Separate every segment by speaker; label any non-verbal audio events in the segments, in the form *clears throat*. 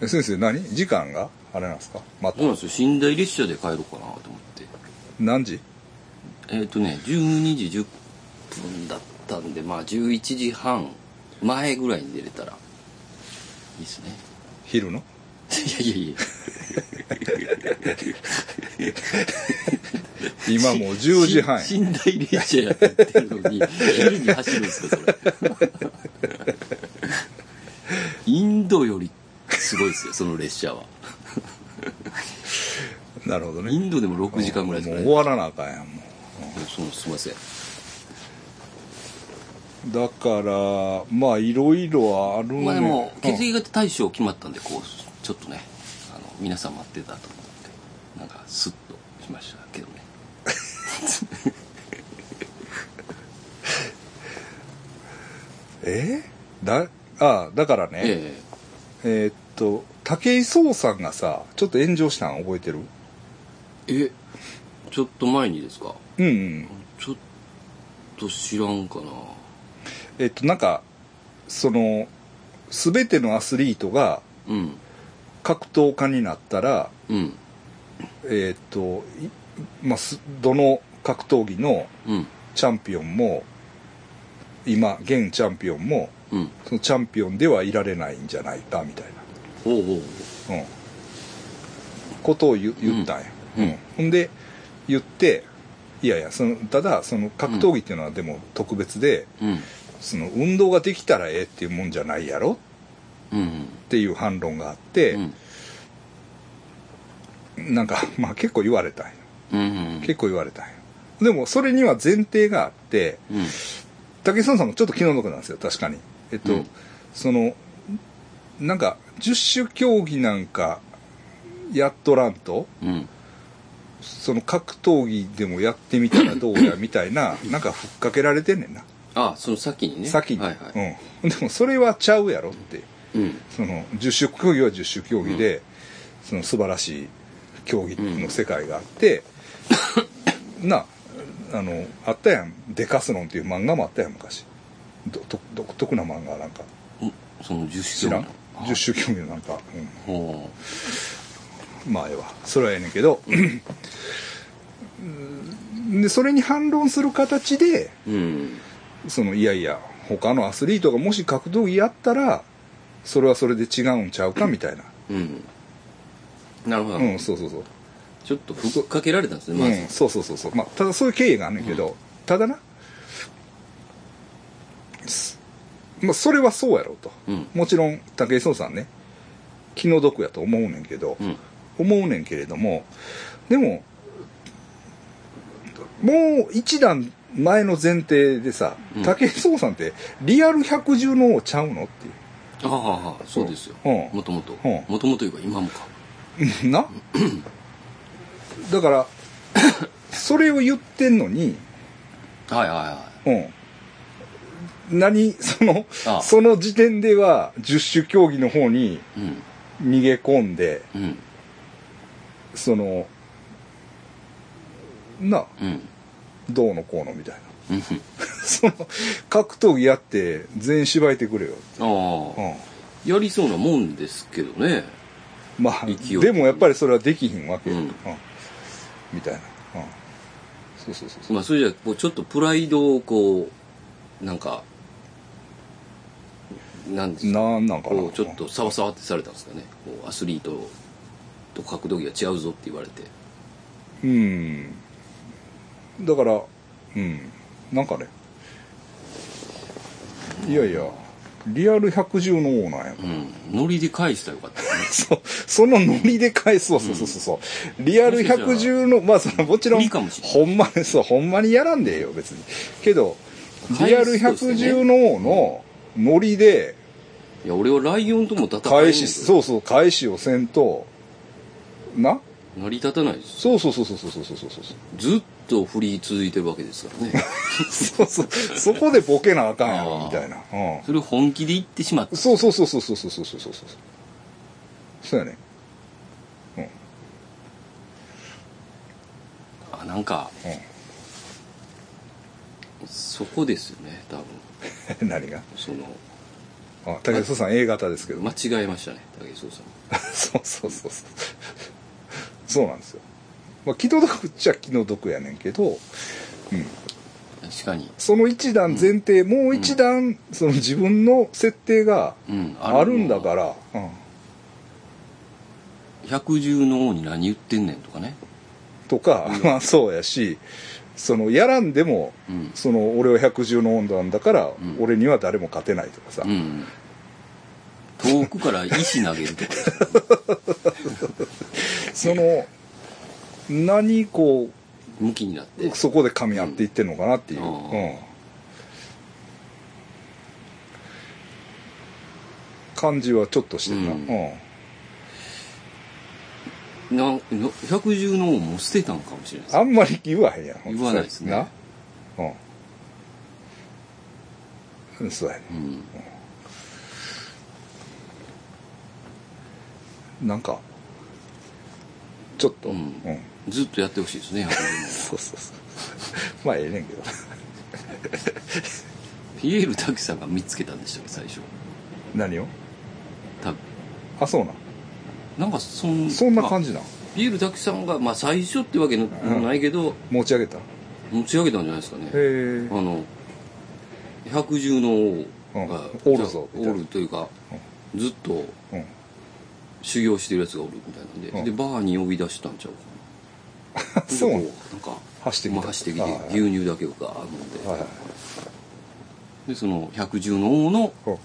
Speaker 1: え先生何時間があれなんですかまた
Speaker 2: そうなんですよ寝台列車で帰ろうかなと思って
Speaker 1: 何時
Speaker 2: えっ、とね12時10分だったんでまあ11時半前ぐらいに出れたらいいっすね
Speaker 1: 昼の
Speaker 2: いやいやいや
Speaker 1: 今もう10時半や
Speaker 2: *laughs* し寝台列車やってるのに昼に走るんですかそれインドよりすごいですよその列車は
Speaker 1: なるほどね
Speaker 2: インドでも6時間ぐらいです
Speaker 1: も
Speaker 2: か
Speaker 1: う
Speaker 2: ね
Speaker 1: 終わらなあかんやんも
Speaker 2: そうすいません
Speaker 1: うだからまあいろいろあるん
Speaker 2: まあでも
Speaker 1: うん
Speaker 2: 血液型対象決まったんでこうちょっとねあの皆さん待ってたと思ってなんかスッとしましたけどね
Speaker 1: えだあだからね、
Speaker 2: え
Speaker 1: えーっと武井壮さんがさちょっと炎上したん覚えてる
Speaker 2: ええちょっと前にですか
Speaker 1: うん、うん、
Speaker 2: ちょっと知らんかな
Speaker 1: えーっとなんかその全てのアスリートが
Speaker 2: うん
Speaker 1: 格闘家になったら
Speaker 2: うん
Speaker 1: えーっと、いまあ、すどの格闘技の
Speaker 2: うん
Speaker 1: チャンピオンも今現チャンピオンも
Speaker 2: うん
Speaker 1: そのチャンピオンではいられないんじゃないかみたい
Speaker 2: おうおうおう
Speaker 1: な、うん、ことを言言ったんや、
Speaker 2: うん
Speaker 1: ほんで言っていやいやそのただその格闘技っていうのはでも特別で、
Speaker 2: うん
Speaker 1: その運動ができたらええっていうもんじゃないやろ
Speaker 2: うん
Speaker 1: っていう反論があって
Speaker 2: う、ん
Speaker 1: なんかまあ結構言われたんや
Speaker 2: うんうん
Speaker 1: 結構言われたんやでもそれには前提があって
Speaker 2: うん
Speaker 1: 武井壮さんもちょっと気の毒なんですよ確かにえっと、
Speaker 2: うん
Speaker 1: そのなんか十種競技なんかやっとらんと
Speaker 2: うん
Speaker 1: その格闘技でもやってみたらどうやみたい
Speaker 2: *laughs*
Speaker 1: ななんかふっかけられてんねんな、
Speaker 2: あその先にね
Speaker 1: 先に、
Speaker 2: はいはい
Speaker 1: うん、でもそれはちゃうやろって
Speaker 2: うん
Speaker 1: その十種競技は十種競技で、その素晴らしい競技の世界があ
Speaker 2: *coughs*
Speaker 1: って、なあのあったやん「デカスノン」っていう漫画もあったやん昔どど独特な漫画なんか
Speaker 2: うんその10
Speaker 1: 知
Speaker 2: 種
Speaker 1: ら
Speaker 2: 類
Speaker 1: ん十種競技のなんか、
Speaker 2: ほ
Speaker 1: うん、まあええわそれはええねんけどうんでそれに反論する形で
Speaker 2: ううん
Speaker 1: そのいやいや他のアスリートがもし格闘技やったらそれはそれで違うんちゃうかみたいな、
Speaker 2: うんなるほど、
Speaker 1: うん、そうそうそう
Speaker 2: ちょっとふっかけられたんですねま
Speaker 1: う
Speaker 2: ず、
Speaker 1: ん、そうそうそうそう、まあ、ただそういう経緯があんねんけど、ただな、すまあ、それはそうやろうと、
Speaker 2: うん
Speaker 1: もちろん武井壮さんね気の毒やと思うねんけど、
Speaker 2: うん
Speaker 1: 思うねんけれどもでももう一段前の前提でさ、
Speaker 2: うん
Speaker 1: 武井壮さんってリアル百獣の王ちゃうのっていう
Speaker 2: ああそうですよ、
Speaker 1: うん
Speaker 2: もともと、
Speaker 1: うん
Speaker 2: もともというか今もか
Speaker 1: *laughs* なだ
Speaker 2: *coughs*
Speaker 1: からそれを言ってんのに
Speaker 2: はいはい
Speaker 1: う
Speaker 2: は
Speaker 1: ん。何、その、
Speaker 2: ああ
Speaker 1: その時点では、十種競技の方に
Speaker 2: いうん
Speaker 1: 逃げ込んで、
Speaker 2: うん
Speaker 1: その、な、
Speaker 2: うん
Speaker 1: どうのこうのみたいな。
Speaker 2: うん
Speaker 1: その、格闘技やって、全員芝居てくれよ。
Speaker 2: ああ、
Speaker 1: う
Speaker 2: やりそうなもんですけどね
Speaker 1: ん。まあ、
Speaker 2: 勢い的に
Speaker 1: でもやっぱりそれはできひんわけよ。
Speaker 2: う
Speaker 1: うんん。みたいな。うん。そうそうそうそう。
Speaker 2: まあそれじゃこうちょっとプライドをこうなんかなんですか
Speaker 1: なんなんかな
Speaker 2: こうちょっとサワサワってされたんですかねこうアスリートと格闘技は違うぞって言われて
Speaker 1: うんだからうんなんかねいやいやリアル百獣の王なんや、
Speaker 2: うんノリで返したらよかったよね
Speaker 1: そそのノリで返そうそうそうそう、うリアル百獣のまあそのもちろん
Speaker 2: いいかもしれない
Speaker 1: ほんまにそうほんまにやらんでええよ別にけど
Speaker 2: 返
Speaker 1: リア
Speaker 2: すと
Speaker 1: ル
Speaker 2: してね
Speaker 1: 百獣の王のノリで
Speaker 2: いや俺はライオンとも戦え
Speaker 1: 返し
Speaker 2: う
Speaker 1: そうそう返しをせんとな
Speaker 2: 成り立たないです
Speaker 1: そうそうそうそうそうそうそうそう
Speaker 2: ずっとフリー続いてるわけですから
Speaker 1: *laughs*
Speaker 2: ね
Speaker 1: そうそうそこでボケなあかんやろみたいな、うん、
Speaker 2: それを本気で言ってしまった
Speaker 1: そうそうそうそうそうそうそうそうそうそうそうやね *laughs*
Speaker 2: あなんか、そこですよね多分
Speaker 1: うん何が
Speaker 2: その
Speaker 1: あ武井壮さん A 型ですけど
Speaker 2: 間違えましたね武井壮さん
Speaker 1: *laughs* そうそうそうそう。そうなんですよ。まあ、気の毒っちゃ気の毒やねんけど、うん、
Speaker 2: 確かに
Speaker 1: その一段前提、もう一段、その自分の設定が
Speaker 2: うん
Speaker 1: あるんだから、うん、
Speaker 2: 百獣の王に何言ってんねんとかね
Speaker 1: とか、まあそうやし、そのやらんでも、
Speaker 2: うん
Speaker 1: その俺は百獣の温度なんだから、
Speaker 2: ん
Speaker 1: 俺には誰も勝てないとかさ、
Speaker 2: うん遠くから石投げるとか
Speaker 1: *laughs*
Speaker 2: です
Speaker 1: その何こ
Speaker 2: 向きになって
Speaker 1: うそこで噛み合っていってんのかなっていう、
Speaker 2: う
Speaker 1: うんん感じはちょっとしてるな、
Speaker 2: う
Speaker 1: うんん
Speaker 2: なの百獣の王も捨てたのかもしれないです
Speaker 1: あんまり言わへんやん
Speaker 2: 言わないですね
Speaker 1: なうんそうやね
Speaker 2: うん
Speaker 1: なんかちょっと
Speaker 2: うん
Speaker 1: うん、
Speaker 2: ずっとやってほしいですね百獣の
Speaker 1: そうそうそう *laughs* まあええねんけど *laughs*
Speaker 2: 王ピエール瀧さんが見つけたんでしたっけ最初
Speaker 1: 何を
Speaker 2: た
Speaker 1: あそうなん
Speaker 2: なんかそん
Speaker 1: そんな感
Speaker 2: じ、
Speaker 1: じなん
Speaker 2: まあピエール瀧さんが、まあ、最初ってわけの
Speaker 1: うん
Speaker 2: ないけど、
Speaker 1: 持ち上げたへ
Speaker 2: 持ち上げたんじゃないですかね
Speaker 1: え
Speaker 2: あの百獣の王が、
Speaker 1: うんおるぞ
Speaker 2: おるというか、ずっと
Speaker 1: うん *laughs*
Speaker 2: 修行してるやつがおるみたいなんで、
Speaker 1: うん
Speaker 2: でバーに呼び出したんちゃうかな
Speaker 1: そうな
Speaker 2: なん
Speaker 1: ん
Speaker 2: か
Speaker 1: 走ってきた
Speaker 2: まあ走ってきて
Speaker 1: はいはい
Speaker 2: 牛乳だけをガーッ飲んで、
Speaker 1: はいはい
Speaker 2: でその百獣の王の
Speaker 1: うん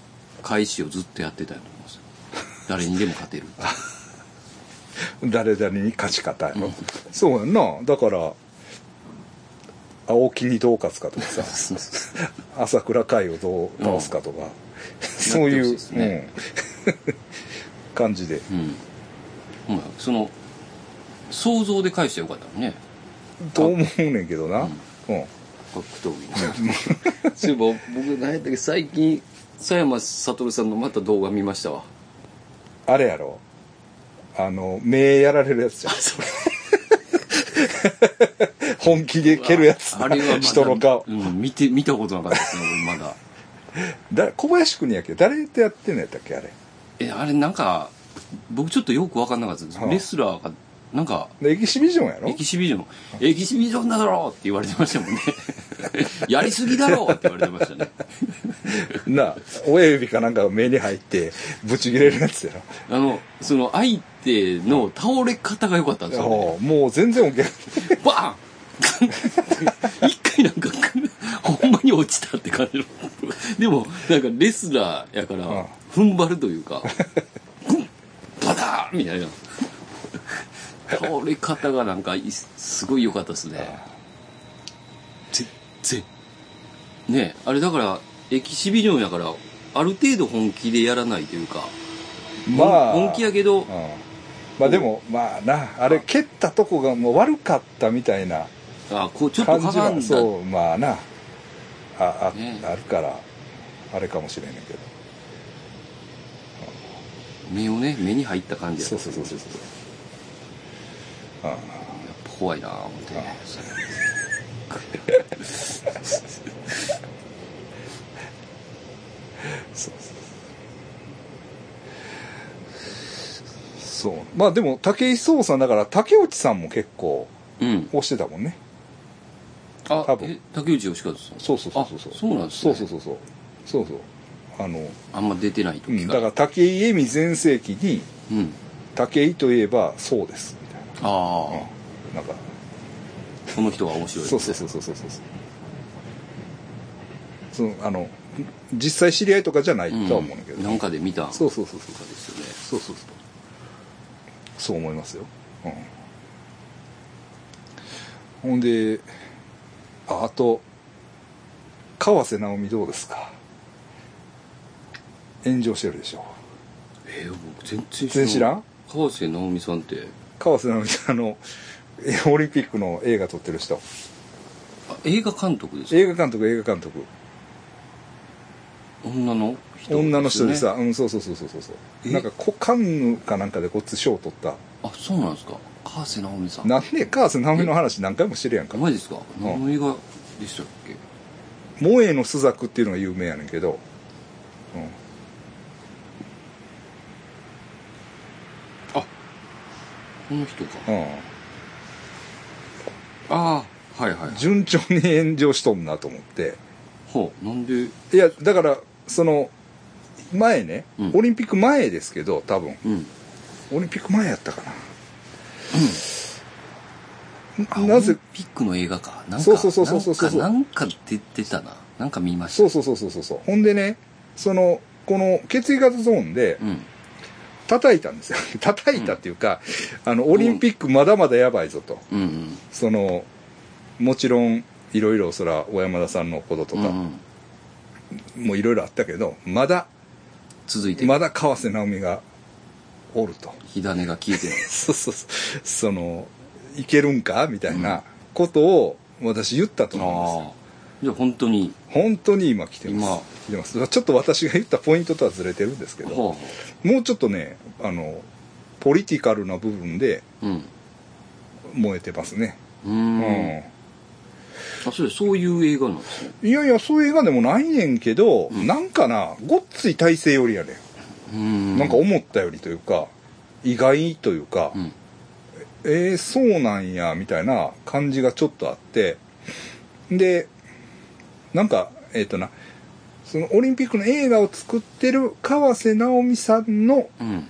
Speaker 2: 開始をずっとやってたんやと思いますよ誰にでも勝てる
Speaker 1: *laughs* 誰々に勝ち方やろ、そうやんなだから青木にどう勝つかとか
Speaker 2: *laughs*
Speaker 1: さ朝倉海をどう倒すかとか、そうい、
Speaker 2: やってほしいうですね
Speaker 1: うん感じで
Speaker 2: うんほんまやその想像で返してよかったのね
Speaker 1: と思うねんけどな、うん
Speaker 2: 格闘技の *laughs* そういえば僕何やったっけ最近佐山悟さんのまた動画見ましたわ
Speaker 1: あれやろあの目やられるやつじゃん *laughs* 本気で蹴るやつな
Speaker 2: あれはま
Speaker 1: *laughs*
Speaker 2: だ
Speaker 1: 人の顔
Speaker 2: うん、見て見たことなかったですね俺まだ
Speaker 1: だ小林君やっけ誰とやってんのやったっけあれ
Speaker 2: えあれなんか僕ちょっとよく分かんなかったです
Speaker 1: はあ
Speaker 2: レスラーがなんか
Speaker 1: でエキシビジョンやろ
Speaker 2: エキシビジョン「エキシビジョンだろ!」って言われてましたもんね *laughs* 「やりすぎだろ!」って言われてましたね
Speaker 1: なあ親指かなんかが目に入ってぶち切れるやつやろ
Speaker 2: あのその相手の倒れ方が良かったんですよね
Speaker 1: おうもう全然おけ
Speaker 2: バーン *laughs* 一回なんかほんまに落ちたって感じのでもなんかレスラーやか
Speaker 1: うん
Speaker 2: ら踏ん張るというかグンバダーンみたいな倒れ方がなんかいすごい良かったですね全然ねえあれだからエキシビジョンやからある程度本気でやらないというか、
Speaker 1: まあ
Speaker 2: 本気やけど、
Speaker 1: うんまあでもまあなあれ蹴ったとこがもう悪かったみたいな
Speaker 2: あこうちょっと
Speaker 1: 感
Speaker 2: か
Speaker 1: じ
Speaker 2: が
Speaker 1: は
Speaker 2: んだ
Speaker 1: そうまあなああ,、
Speaker 2: ね
Speaker 1: あるからあれかもしれないけど
Speaker 2: 目をね目に入った感じやった
Speaker 1: そうそうそうそうそうあ
Speaker 2: やっぱ怖いなぁ思って
Speaker 1: あそうそうそうまあでも武井壮さんだから竹内さんも結構
Speaker 2: うん
Speaker 1: 押してたもんね
Speaker 2: あ
Speaker 1: 多分
Speaker 2: え竹内義和さん
Speaker 1: そうそうそうそう
Speaker 2: あそうなんです
Speaker 1: そ
Speaker 2: ね
Speaker 1: うそうそうそうそうそうあの、
Speaker 2: あんま出てない
Speaker 1: うん、
Speaker 2: 時
Speaker 1: だか
Speaker 2: から
Speaker 1: 武井絵美全盛期に
Speaker 2: うん
Speaker 1: 武井といえばそうですみたい
Speaker 2: ああ
Speaker 1: な、うん、なんか
Speaker 2: この人が面白い
Speaker 1: そうそうそうそうそうそうそのあの実際知り合いとかじゃないとは思うんだけど、
Speaker 2: ん、なんかで見た
Speaker 1: そうそうそうそう
Speaker 2: とかですよね
Speaker 1: そうそうそうそう思いますよ、うん、ほんでああと川瀬直美どうですか炎上してるでしょ
Speaker 2: えー、僕全然
Speaker 1: 全然知らん
Speaker 2: 川瀬直美さんって
Speaker 1: 川瀬直美さんあのえオリンピックの映画撮ってる人
Speaker 2: あ映画監督ですか
Speaker 1: 映画監督映画監督
Speaker 2: 女の人、
Speaker 1: 女の人でさ、うんそうそうそうそうそうそう
Speaker 2: え
Speaker 1: なんかこカンヌかなんかでこっち賞を取った
Speaker 2: あそうなんですか川瀬直美さん
Speaker 1: なんで川瀬直美の話何回もしてるやんか
Speaker 2: マジですか
Speaker 1: ん
Speaker 2: 何の映画でしたっけ
Speaker 1: 「萌えの朱雀」っていうのが有名やねんけど、うん
Speaker 2: この人か
Speaker 1: う
Speaker 2: ああはいはい
Speaker 1: ん、順調に炎上しとんなと思って
Speaker 2: ほうなんで
Speaker 1: いやだからその前ね、
Speaker 2: うん
Speaker 1: オリンピック前ですけど多分
Speaker 2: うん
Speaker 1: オリンピック前やったかな、
Speaker 2: あ
Speaker 1: な
Speaker 2: オ
Speaker 1: ぜ
Speaker 2: リンピックの映画かなんか
Speaker 1: そうそうそうそうそうそう
Speaker 2: なんかなんか出てたななんか見ました
Speaker 1: そうそうそうそうそうそうほんでねそのこの血液型ゾーンで
Speaker 2: うん
Speaker 1: 叩いたんですよ *laughs* 叩いたっていうか、あのオリンピックまだまだやばいぞと、
Speaker 2: うんうん
Speaker 1: そのもちろんいろいろそら小山田さんのことと
Speaker 2: うんう
Speaker 1: か
Speaker 2: ん
Speaker 1: もいろいろあったけど、まだ
Speaker 2: 続いて
Speaker 1: まだ川瀬直美がおると *laughs*
Speaker 2: 火種が消えてない
Speaker 1: そうそうそうそのいけるんかみたいなことを私言ったと思うんで
Speaker 2: ああじゃあ本当に
Speaker 1: すよ本当に今来てま
Speaker 2: 今
Speaker 1: す来てますちょっと私が言ったポイントとはずれてるんですけど
Speaker 2: ほ
Speaker 1: もうちょっとねあのポリティカルな部分で
Speaker 2: ううん
Speaker 1: 燃えてますね
Speaker 2: うーん
Speaker 1: うん
Speaker 2: あそれそういう映画なんですね
Speaker 1: いやいや、そういう映画でもないねんけど、
Speaker 2: ん
Speaker 1: なんかな、ごっつい体勢よりやね
Speaker 2: うーん
Speaker 1: ん。なんか思ったよりというか、意外というか、
Speaker 2: うん
Speaker 1: えー、そうなんや、みたいな感じがちょっとあって、で、なんか、えっ、とな、そのオリンピックの映画を作ってる川瀬直美さんの
Speaker 2: うん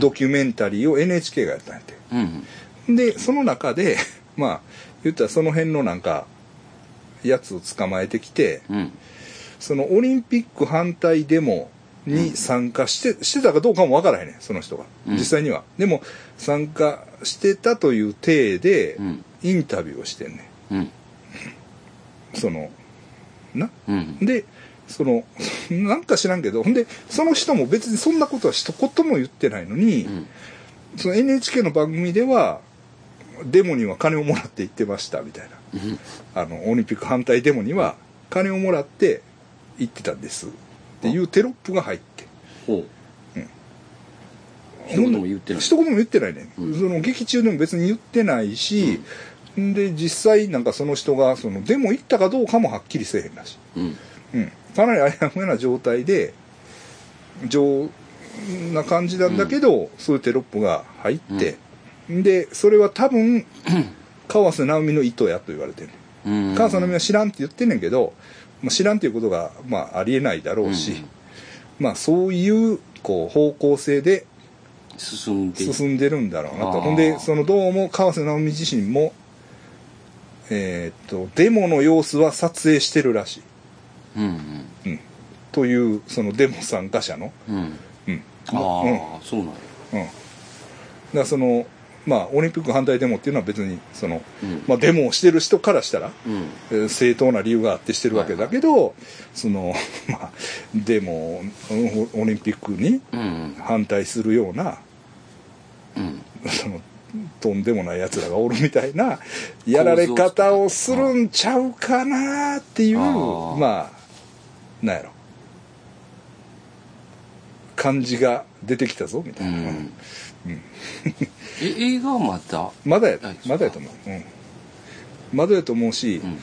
Speaker 1: ドキュメンタリーを NHK がやったんやて。
Speaker 2: うん
Speaker 1: でその中で *laughs* まあ言ったらその辺のなんかやつを捕まえてきて
Speaker 2: うん
Speaker 1: そのオリンピック反対デモに参加して,、してたかどうかもわからへんねんその人が
Speaker 2: うん
Speaker 1: 実際には、でも参加してたという体で
Speaker 2: うん
Speaker 1: インタビューをしてんね
Speaker 2: うん
Speaker 1: んそのな
Speaker 2: うん
Speaker 1: でそのなんか知らんけどほんでその人も別にそんなことは一言も言ってないのに、
Speaker 2: うん
Speaker 1: その NHK の番組ではデモには金をもらって行ってましたみたいな
Speaker 2: うん
Speaker 1: あのオリンピック反対デモには金をもらって行ってたんですっていうテロップが入って
Speaker 2: ほう一
Speaker 1: ほん
Speaker 2: 言
Speaker 1: で
Speaker 2: も言ってない
Speaker 1: 一言も言ってないね、
Speaker 2: うん
Speaker 1: その劇中でも別に言ってないし、で実際なんかその人がそのデモ行ったかどうかもはっきりせえへんらしい、
Speaker 2: うん
Speaker 1: うん、かなり危やふやな状態で上な感じなんだけど、そういうテロップが入って、でそれは多分川瀬直美の意図やと言われてる、
Speaker 2: うん
Speaker 1: 川瀬直美は知らんって言ってんねんけど、まあ、知らんっていうことが、まあ、ありえないだろうし、
Speaker 2: うん
Speaker 1: まあそういうこう方向性で
Speaker 2: 進んで
Speaker 1: 進んでるんだろうな
Speaker 2: あー
Speaker 1: とほんでそのどうも川瀬直美自身もえーっとデモの様子は撮影してるらしい
Speaker 2: うんうん
Speaker 1: というそのデモ参加者の
Speaker 2: うん
Speaker 1: うん
Speaker 2: あ
Speaker 1: う
Speaker 2: あ、
Speaker 1: ん
Speaker 2: そうなんや
Speaker 1: うん、だからそのまあオリンピック反対デモっていうのは別にその、
Speaker 2: うん
Speaker 1: まあ、デモをしてる人からしたら、
Speaker 2: うん
Speaker 1: えー正当な理由があってしてるわけだけど、その *laughs* まあデモをオリンピックに
Speaker 2: うん
Speaker 1: 反対するような
Speaker 2: うん
Speaker 1: そのとんでもないやつらがおるみたい
Speaker 2: *laughs*
Speaker 1: なやられ方をするんちゃうかなっていう
Speaker 2: あー
Speaker 1: まあなんやろ感じが出てきたぞみ
Speaker 2: う
Speaker 1: たいな、
Speaker 2: んえ映画はまた
Speaker 1: まだや
Speaker 2: はい
Speaker 1: まだやと思う、うん、まだやと思うし、
Speaker 2: うん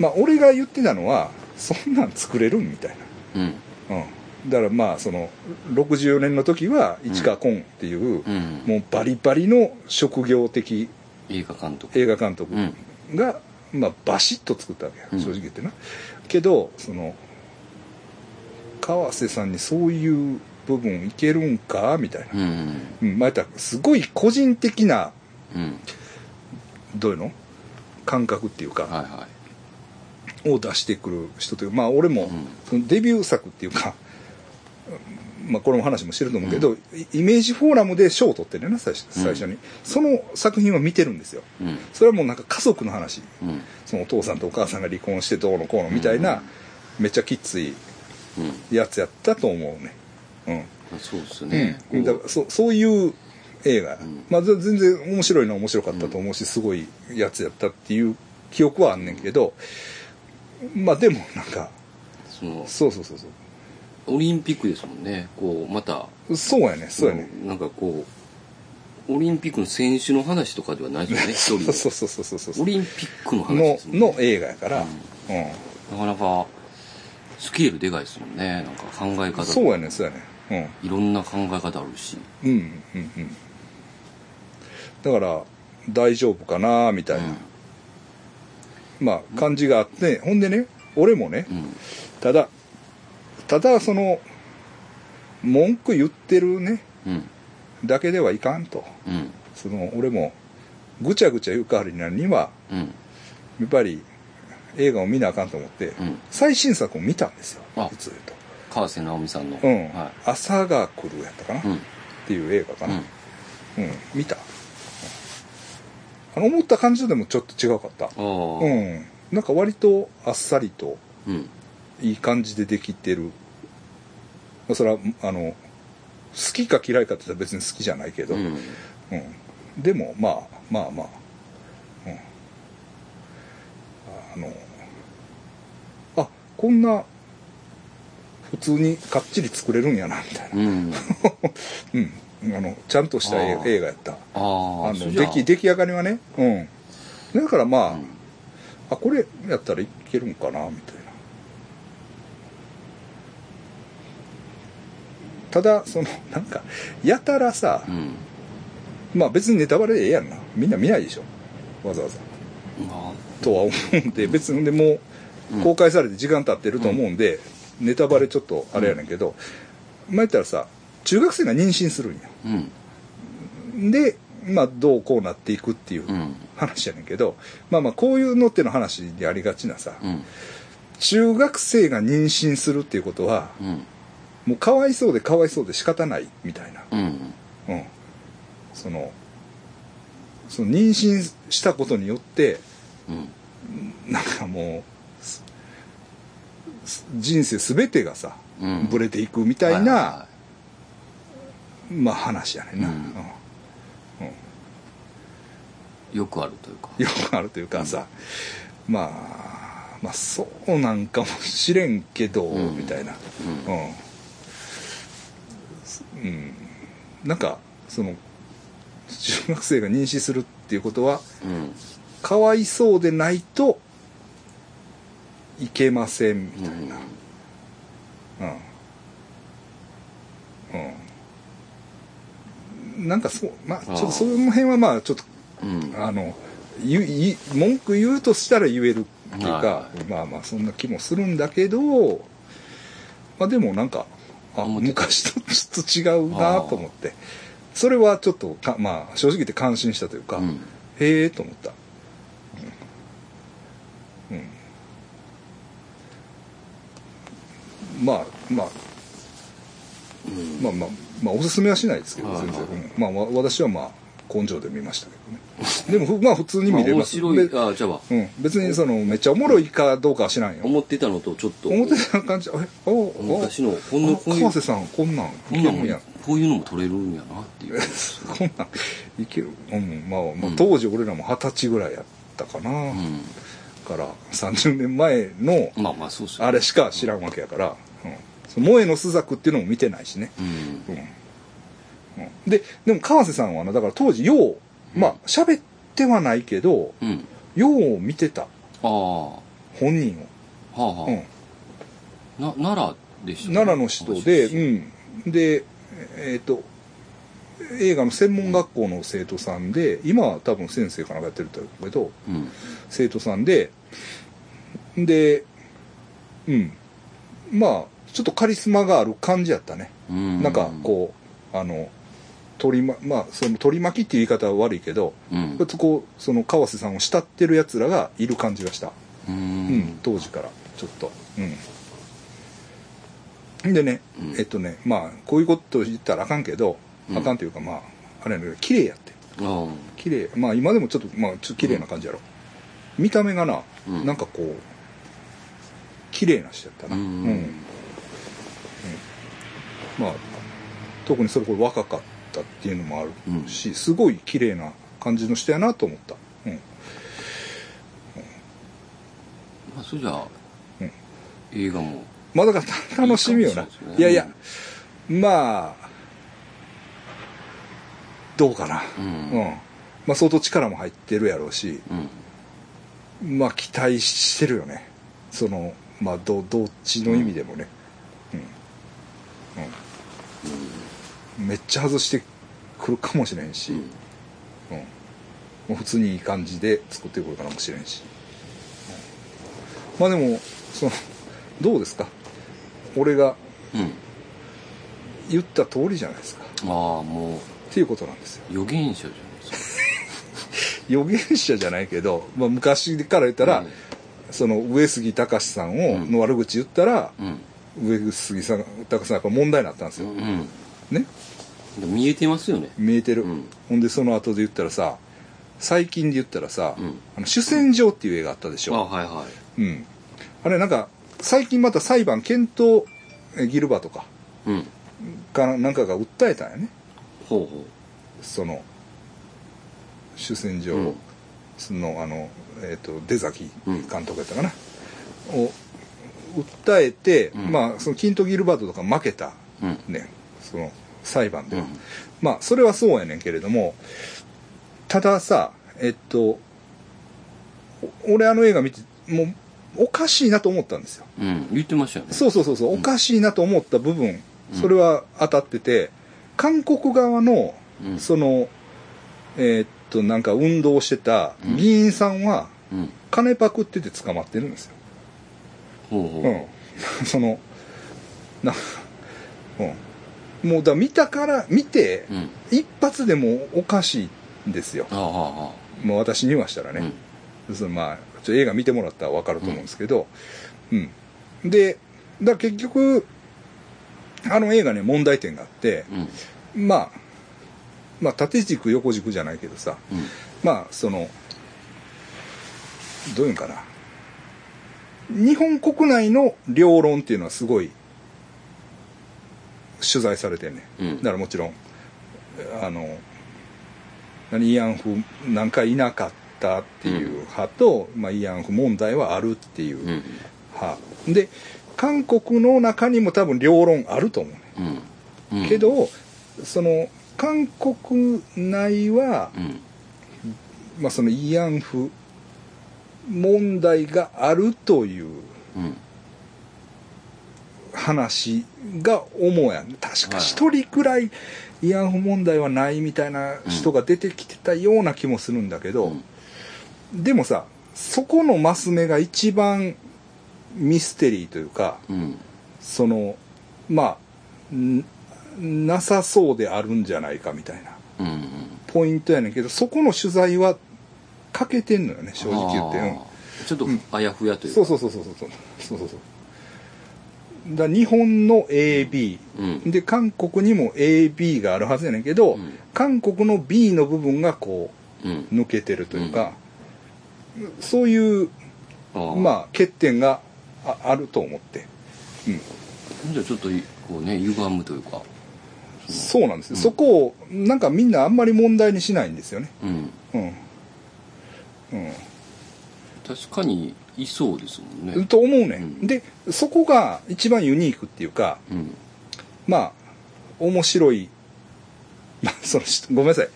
Speaker 1: まあ俺が言ってたのはそんなん作れるんみたい
Speaker 2: うん
Speaker 1: な、うん、だからまあその64年の時は市川崑っていう、
Speaker 2: うん
Speaker 1: もうバリバリの職業的
Speaker 2: 映画監督
Speaker 1: 映画監督
Speaker 2: うん
Speaker 1: が、まあ、バシッと作ったわけや
Speaker 2: うん
Speaker 1: 正直言ってな、けどその川瀬さんにそういう部分いけるんかみたいな、
Speaker 2: うん
Speaker 1: うんまあ、言ったらすごい個人的な
Speaker 2: うん
Speaker 1: どういうの感覚っていうか
Speaker 2: はいは
Speaker 1: を出してくる人というまあ俺も
Speaker 2: ん
Speaker 1: そのデビュー作っていうか、まあ、これも話もしてると思うけど、イイメージフォーラムで賞を取ってるよな最初最初に、その作品は見てるんですよ
Speaker 2: いうん
Speaker 1: それはもうなんか家族の話
Speaker 2: うん
Speaker 1: そのお父さんとお母さんが離婚してどうのこうのみたいな、めっちゃきつい
Speaker 2: うん
Speaker 1: やつやったと思うねうん
Speaker 2: そうですね
Speaker 1: うん、だ
Speaker 2: こ
Speaker 1: からそそういう映画、
Speaker 2: ん
Speaker 1: まあ、ぜ全然面白いのは面白かったと思うし、すごいやつやったっていう記憶はあんねんけどまあでもなんか
Speaker 2: うその
Speaker 1: そうそうそうそ
Speaker 2: オリンピックですもんねこうまた
Speaker 1: うそうやねそうやね、
Speaker 2: なんかこうオリンピックの選手の話とかではないですよね一人の
Speaker 1: *laughs* そうそうそうそうそうそ
Speaker 2: オ
Speaker 1: う
Speaker 2: リンピックの話
Speaker 1: の
Speaker 2: ですもんね
Speaker 1: の映画やから、
Speaker 2: なかなかスケールでかいですもんねなんか考え
Speaker 1: うん、
Speaker 2: 方
Speaker 1: そうやねそうやねうん
Speaker 2: いろんな考え方あるし
Speaker 1: うんうんうんだから大丈夫かなみたいな、まあ感じがあってほんでね俺もね、
Speaker 2: うん
Speaker 1: ただただその文句言ってるね
Speaker 2: うん
Speaker 1: だけではいかんと
Speaker 2: うん
Speaker 1: その俺もぐちゃぐちゃ言う代わりになるには
Speaker 2: うん
Speaker 1: やっぱり映画を見なあかんと思って、
Speaker 2: うん
Speaker 1: 最新作を見たんですよ
Speaker 2: あ
Speaker 1: 普通言うと。
Speaker 2: 川瀬直美さんの、
Speaker 1: うん
Speaker 2: は
Speaker 1: 朝が来るやったかな、
Speaker 2: い、う
Speaker 1: っ
Speaker 2: ん
Speaker 1: ていう映画か
Speaker 2: う
Speaker 1: な、
Speaker 2: ん
Speaker 1: うん見た、あの思った感じとでもちょっと違うかった
Speaker 2: ああ
Speaker 1: う、んなんか割とあっさりと
Speaker 2: うん
Speaker 1: いい感じでできてるまあそれはあの好きか嫌いかって言ったら別に好きじゃないけど、
Speaker 2: う
Speaker 1: うん
Speaker 2: ん
Speaker 1: でもまあまあまあ、うん、あのあこんな普通にかっちり作れるんやなみたいな
Speaker 2: うん、
Speaker 1: うん、あのちゃんとした映
Speaker 2: あ
Speaker 1: 画
Speaker 2: ー
Speaker 1: 映画やった
Speaker 2: あ
Speaker 1: あ
Speaker 2: あ
Speaker 1: の
Speaker 2: それじゃ
Speaker 1: 出
Speaker 2: あ
Speaker 1: 来出来上がりはね、うん、だからまあ,、
Speaker 2: うん
Speaker 1: あこれやったらいけるんかなみたいなただそのなんかやたらさ、
Speaker 2: うん
Speaker 1: まあ別にネタバレでええやんなみんな見ないでしょわざわざ
Speaker 2: まあ
Speaker 1: とは思うんで別にでもう公開されて時間経ってると思うんで、ネタバレちょっとあれやねんけど、前言ったらさ中学生が妊娠するんや
Speaker 2: うん
Speaker 1: で、まあ、どうこうなっていくっていう
Speaker 2: うん
Speaker 1: 話やねんけど、まあまあこういうのっての話にありがちなさ、
Speaker 2: うん
Speaker 1: 中学生が妊娠するっていうことは
Speaker 2: うん
Speaker 1: もうかわいそうでかわいそうで仕方ないみたいな、
Speaker 2: うん
Speaker 1: うん、そのその妊娠したことによって
Speaker 2: うん
Speaker 1: なんかもうすす人生全てがさ、
Speaker 2: うん
Speaker 1: ブレていくみたいな、
Speaker 2: はいは
Speaker 1: まあ話やねんな、
Speaker 2: うん
Speaker 1: うん
Speaker 2: いよくあるというか
Speaker 1: よくあるというかさ、まあまあそうなんかもしれんけど、
Speaker 2: うん
Speaker 1: みたいな
Speaker 2: うん
Speaker 1: うん、すうん、なんかその中学生が妊娠するっていうことは
Speaker 2: うん
Speaker 1: かわいそうでないといけませんみたいなうん、うん、なんかそうまあちょっ
Speaker 2: あ
Speaker 1: と
Speaker 2: ー
Speaker 1: その辺はまあちょっと
Speaker 2: うんうん
Speaker 1: あの言う言い文句言うとしたら言えるっていうか、
Speaker 2: はいは
Speaker 1: まあまあそんな気もするんだけど、まあ、でもなんかあ
Speaker 2: 思ってた
Speaker 1: 昔とちょっと違うなと思ってそれはちょっとかまあ正直言って感心したというか、
Speaker 2: うん
Speaker 1: へえと思った、うんうんまあまあ
Speaker 2: うん
Speaker 1: まあまあ、まあ、おすすめはしないですけど
Speaker 2: はい
Speaker 1: 全然、
Speaker 2: はい
Speaker 1: うんまあわ私はまあ根性で見ましたけどねでもふまあ普通に見れます、
Speaker 2: まあ、面
Speaker 1: べ
Speaker 2: 白いあじゃあ
Speaker 1: うん、別にそのめっちゃおもろいかどうかは知らんよ
Speaker 2: 思ってたのとちょっと
Speaker 1: 表な感じあれおお
Speaker 2: 昔のこんな
Speaker 1: あ
Speaker 2: こういう
Speaker 1: 川瀬さんこんなん
Speaker 2: こ
Speaker 1: いけ
Speaker 2: んな
Speaker 1: る
Speaker 2: も
Speaker 1: ん
Speaker 2: ん
Speaker 1: や
Speaker 2: こういうのも取れるんやなっていう
Speaker 1: こんなんいける、うんまあまあ、当時俺らも二十歳ぐらいやったかな、
Speaker 2: う
Speaker 1: から30年前の
Speaker 2: んまあまあそうっすよ
Speaker 1: あれしか知らんわけやから「うんその、萌えの朱雀」っていうのも見てないしね、
Speaker 2: うん
Speaker 1: うんうんででも川瀬さんはなだから当時ようまあ喋ってはないけど
Speaker 2: うん
Speaker 1: よう見てた
Speaker 2: ああは
Speaker 1: 本人
Speaker 2: あ
Speaker 1: を、
Speaker 2: は
Speaker 1: う
Speaker 2: あ、
Speaker 1: ん、
Speaker 2: な奈良でしたね
Speaker 1: 奈良の人で、うん、でえっ、と映画の専門学校の生徒さんで今は多分先生かなんかやってると思うけど
Speaker 2: うん
Speaker 1: 生徒さんででうんまあちょっとカリスマがある感じやったね
Speaker 2: うん
Speaker 1: なんかこうあの取りままあその取り巻きっていう言い方は悪いけど、
Speaker 2: ううん
Speaker 1: こうその川瀬さんを慕ってるやつらがいる感じがした、う
Speaker 2: う
Speaker 1: んん当時からちょっとうんでね、
Speaker 2: うん
Speaker 1: えっとねまあこういうこと言ったらあかんけど、
Speaker 2: うん
Speaker 1: あかんというかまああれやねんけど綺麗やって
Speaker 2: あ
Speaker 1: 綺麗まあ今でもちょっとまあちょっと綺麗な感じやろ、見た目がな、
Speaker 2: うん
Speaker 1: なんかこう綺麗な人やったな
Speaker 2: あう
Speaker 1: うんんまあ、特にそれこれ若かったっていうのもあるし、すごい綺麗な感じの人やなと思った、うん、
Speaker 2: まあそれじゃあ、
Speaker 1: うん
Speaker 2: 映画も
Speaker 1: まあだからた楽しみよない
Speaker 2: いかもしれない
Speaker 1: い
Speaker 2: ですね
Speaker 1: やいやまあどうかな
Speaker 2: う
Speaker 1: うんん、まあ相当力も入ってるやろうし
Speaker 2: うん
Speaker 1: まあ期待してるよねそのまあどどっちの意味でもねうん、うんめっちゃ外してくるかもしれんし、
Speaker 2: うん
Speaker 1: うんもう普通にいい感じで作ってくるかもしれんし、うんまあでもそのどうですか俺が
Speaker 2: うん
Speaker 1: 言った通りじゃないですか
Speaker 2: ああも
Speaker 1: っていうことなんですよ
Speaker 2: う予言者じゃないです
Speaker 1: 予言者じゃないけど、まあ、昔から言ったら、
Speaker 2: うん
Speaker 1: その上杉隆さんを
Speaker 2: うん
Speaker 1: の悪口言ったら、
Speaker 2: かうん
Speaker 1: 上杉さん隆さんやっぱ問題になったんですよ、
Speaker 2: うん
Speaker 1: ね
Speaker 2: でも見えてますよね
Speaker 1: 見えてる、
Speaker 2: うん
Speaker 1: ほんでその後で言ったらさ最近で言ったらさ「
Speaker 2: うん
Speaker 1: あの主戦場」っていう映画あったでし
Speaker 2: あ
Speaker 1: ょ、
Speaker 2: はいはい
Speaker 1: うんあれなんか最近また裁判検討えギルバとか
Speaker 2: うん
Speaker 1: かなんかが訴えたんやね
Speaker 2: ほうほ
Speaker 1: その主戦場を、
Speaker 2: うん
Speaker 1: そのあの、えー、と出崎
Speaker 2: うん
Speaker 1: 監督やったかな、を訴えて、
Speaker 2: うん
Speaker 1: まあそのキント・ギルバートとか負けた
Speaker 2: ううん
Speaker 1: ねんその裁判では、
Speaker 2: うん
Speaker 1: まあそれはそうやねんけれどもたださえっとお俺あの映画見てもうおかしいなと思ったんですよ
Speaker 2: うん言ってましたよね
Speaker 1: そうそうそうそうおかしいなと思った部分、
Speaker 2: うん
Speaker 1: それは当たってて韓国側の
Speaker 2: うん
Speaker 1: そのえーっとなんか運動をしてた
Speaker 2: うん
Speaker 1: 議員さんは
Speaker 2: うん
Speaker 1: 金パクってて捕まってるんですよ、
Speaker 2: ほう
Speaker 1: う
Speaker 2: ほ
Speaker 1: ん、 *laughs* そのな、うん、もうだ見たから見て
Speaker 2: ううん
Speaker 1: 一発でもおかしいんですよ
Speaker 2: ああああ
Speaker 1: もう私にはしたら
Speaker 2: ああ
Speaker 1: ね、そのまあちょっと映画見てもらったら分かると思うんですけど、うんでだから結局あの映画ね問題点があって
Speaker 2: うんうん
Speaker 1: まあまあ縦軸横軸じゃないけどさ
Speaker 2: うん
Speaker 1: まあそのどういうんかな日本国内の両論っていうのはすごい取材されてんね、
Speaker 2: うん
Speaker 1: だからもちろんあの何慰安婦なんかいなかったっていう派と、まあ、慰安婦問題はあるっていう
Speaker 2: うん
Speaker 1: 派、で韓国の中にも多分両論あると思うね、
Speaker 2: うんうん
Speaker 1: けどその韓国内は、
Speaker 2: うん
Speaker 1: まあ、その慰安婦問題があるという
Speaker 2: うん
Speaker 1: 話が主やん確か一人くらい慰安婦問題はないみたいな人が出てきてたような気もするんだけど、
Speaker 2: うん
Speaker 1: でもさそこのマス目が一番ミステリーというか
Speaker 2: うん
Speaker 1: そのまあんなさそうであるんじゃないかみたいな
Speaker 2: うんうん
Speaker 1: ポイントやねんけどそこの取材は欠けてんのよね正直言って。うん
Speaker 2: ああちょっとあやふやというか
Speaker 1: そうそうそうそうそうそうそうそうそうだ日本の AB、
Speaker 2: うん
Speaker 1: で韓国にも AB があるはずやねんけど、
Speaker 2: うん
Speaker 1: 韓国の B の部分がこ
Speaker 2: うん
Speaker 1: う抜けてるというか、そういう
Speaker 2: あ
Speaker 1: ま
Speaker 2: あ
Speaker 1: あ欠点がああると思って、うん、
Speaker 2: じゃあちょっとこうね歪むというか
Speaker 1: そうなんですよ、そこをなんかみんなあんまり問題にしないんですよね
Speaker 2: うん
Speaker 1: うん、
Speaker 2: 確かにいそうですもんね
Speaker 1: うん、と思うねん、
Speaker 2: うん
Speaker 1: でそこが一番ユニークっていうか、
Speaker 2: うん
Speaker 1: まあ面白い、 *laughs* まあ、その人ごめんなさい、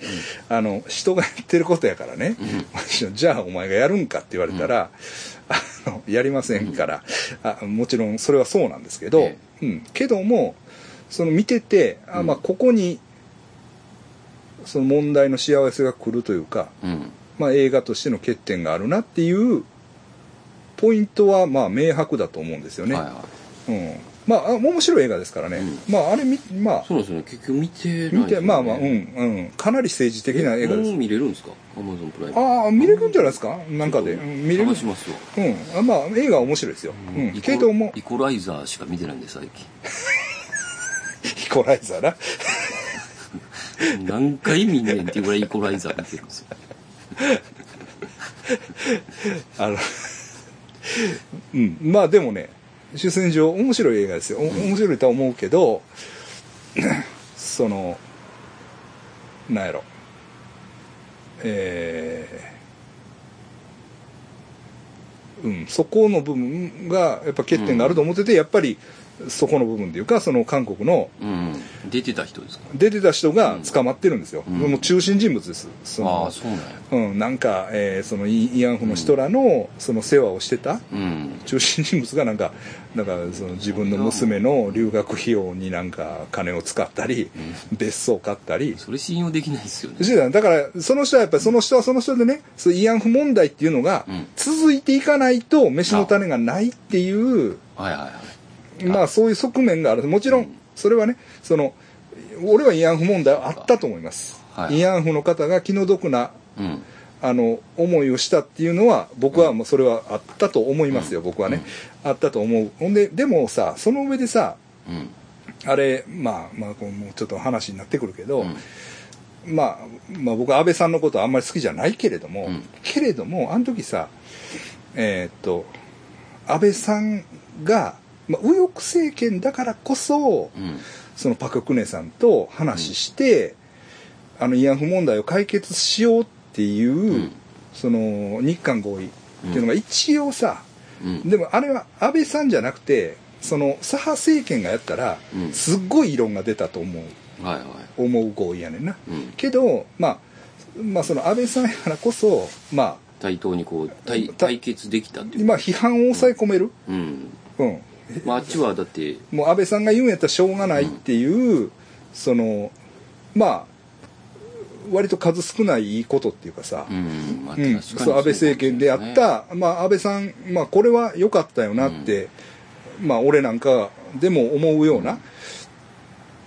Speaker 1: あの人がやってることやからね、じゃあお前がやるんかって言われたら、あのやりませんから、あもちろんそれはそうなんですけど、
Speaker 2: え
Speaker 1: うん、けどもその見ててあ、まあ、
Speaker 2: うん
Speaker 1: ここにその問題の幸せが来るというか、
Speaker 2: うん
Speaker 1: まあ、映画としての欠点があるなっていうポイントはまあ明白だと思うんですよね。
Speaker 2: はいは
Speaker 1: うん、まああ面白い映画ですからね、
Speaker 2: う
Speaker 1: まああれみまあ
Speaker 2: いそうなんですよね結局見てないですよね
Speaker 1: 見てまあまあうんうんかなり政治的な映画で
Speaker 2: もう
Speaker 1: す
Speaker 2: 見れるんですかアマゾンプライム
Speaker 1: ああ見れるんじゃないですかなんかで
Speaker 2: ちょっと
Speaker 1: うん見れる
Speaker 2: 探しますわ
Speaker 1: うんあまあ映画は面白いですよ、うん
Speaker 2: イコ
Speaker 1: けども *laughs*
Speaker 2: イコライザーしか見てないんで最近
Speaker 1: イコライザーな
Speaker 2: *laughs* 何回見んねんっていうぐらいイコライザー見てるんですよ
Speaker 1: あのうんまあでもね主戦場面白い映画ですよお面白いとは思うけど *clears throat* そのなんやろえーうん、そこの部分がやっぱ欠点があると思ってて、やっぱりそこの部分でいうかその韓国の
Speaker 2: うんうん出てた人ですか
Speaker 1: 出てた人が捕まってるんですよ、
Speaker 2: ん
Speaker 1: もう中心人物ですその
Speaker 2: ああそうなんや
Speaker 1: うん、なんか、えーそのイイアンフの人らの,、その世話をしてた
Speaker 2: うん
Speaker 1: 中心人物がなんかなんかその自分の娘の留学費用になんか金を使ったり、別荘を買ったり
Speaker 2: それ信用できないですよね
Speaker 1: してただからその人はやっぱりその人はその人でねそういう慰安婦問題っていうのが
Speaker 2: うん
Speaker 1: 続いていかないと飯の種がないっていう、
Speaker 2: はいはいはい
Speaker 1: まあそういう側面があるもちろんそれはねその俺は慰安婦問題はあったと思います、
Speaker 2: はい
Speaker 1: 慰安婦の方が気の毒な
Speaker 2: うん
Speaker 1: あの思いをしたっていうのは僕はもうそれはあったと思いますよ、僕はね、あったと思うほんででもさその上でさ
Speaker 2: うん
Speaker 1: あれまあまあこうもうちょっと話になってくるけど、
Speaker 2: うん
Speaker 1: まあ、まあ僕は安倍さんのことはあんまり好きじゃないけれども、
Speaker 2: うん
Speaker 1: けれどもあの時さえーっと安倍さんが、まあ、右翼政権だからこそ
Speaker 2: うん
Speaker 1: そのパク・クネさんと話して、あの慰安婦問題を解決しようっていう、
Speaker 2: ん
Speaker 1: その日韓合意っていうのが一応さ、
Speaker 2: うん
Speaker 1: でもあれは安倍さんじゃなくてその左派政権がやったら、
Speaker 2: うん
Speaker 1: すっごい異論が出たと思う
Speaker 2: はいはい
Speaker 1: 思う合意やねんな、
Speaker 2: うん
Speaker 1: けど、まあ、まあその安倍さんやからこそまあ
Speaker 2: 対等にこう対
Speaker 1: た
Speaker 2: 対決できたっていう
Speaker 1: 今批判を抑え込める、
Speaker 2: うん
Speaker 1: うん、
Speaker 2: まああっちはだって
Speaker 1: もう安倍さんが言うんやったらしょうがないっていう、そのまあ割と数少ないことっていうかさ、
Speaker 2: うんまあ
Speaker 1: うん
Speaker 2: 確かに
Speaker 1: そう
Speaker 2: かも
Speaker 1: 安倍政権でやった、まあ、安倍さん、まあ、これは良かったよなって、まあ、俺なんかでも思うような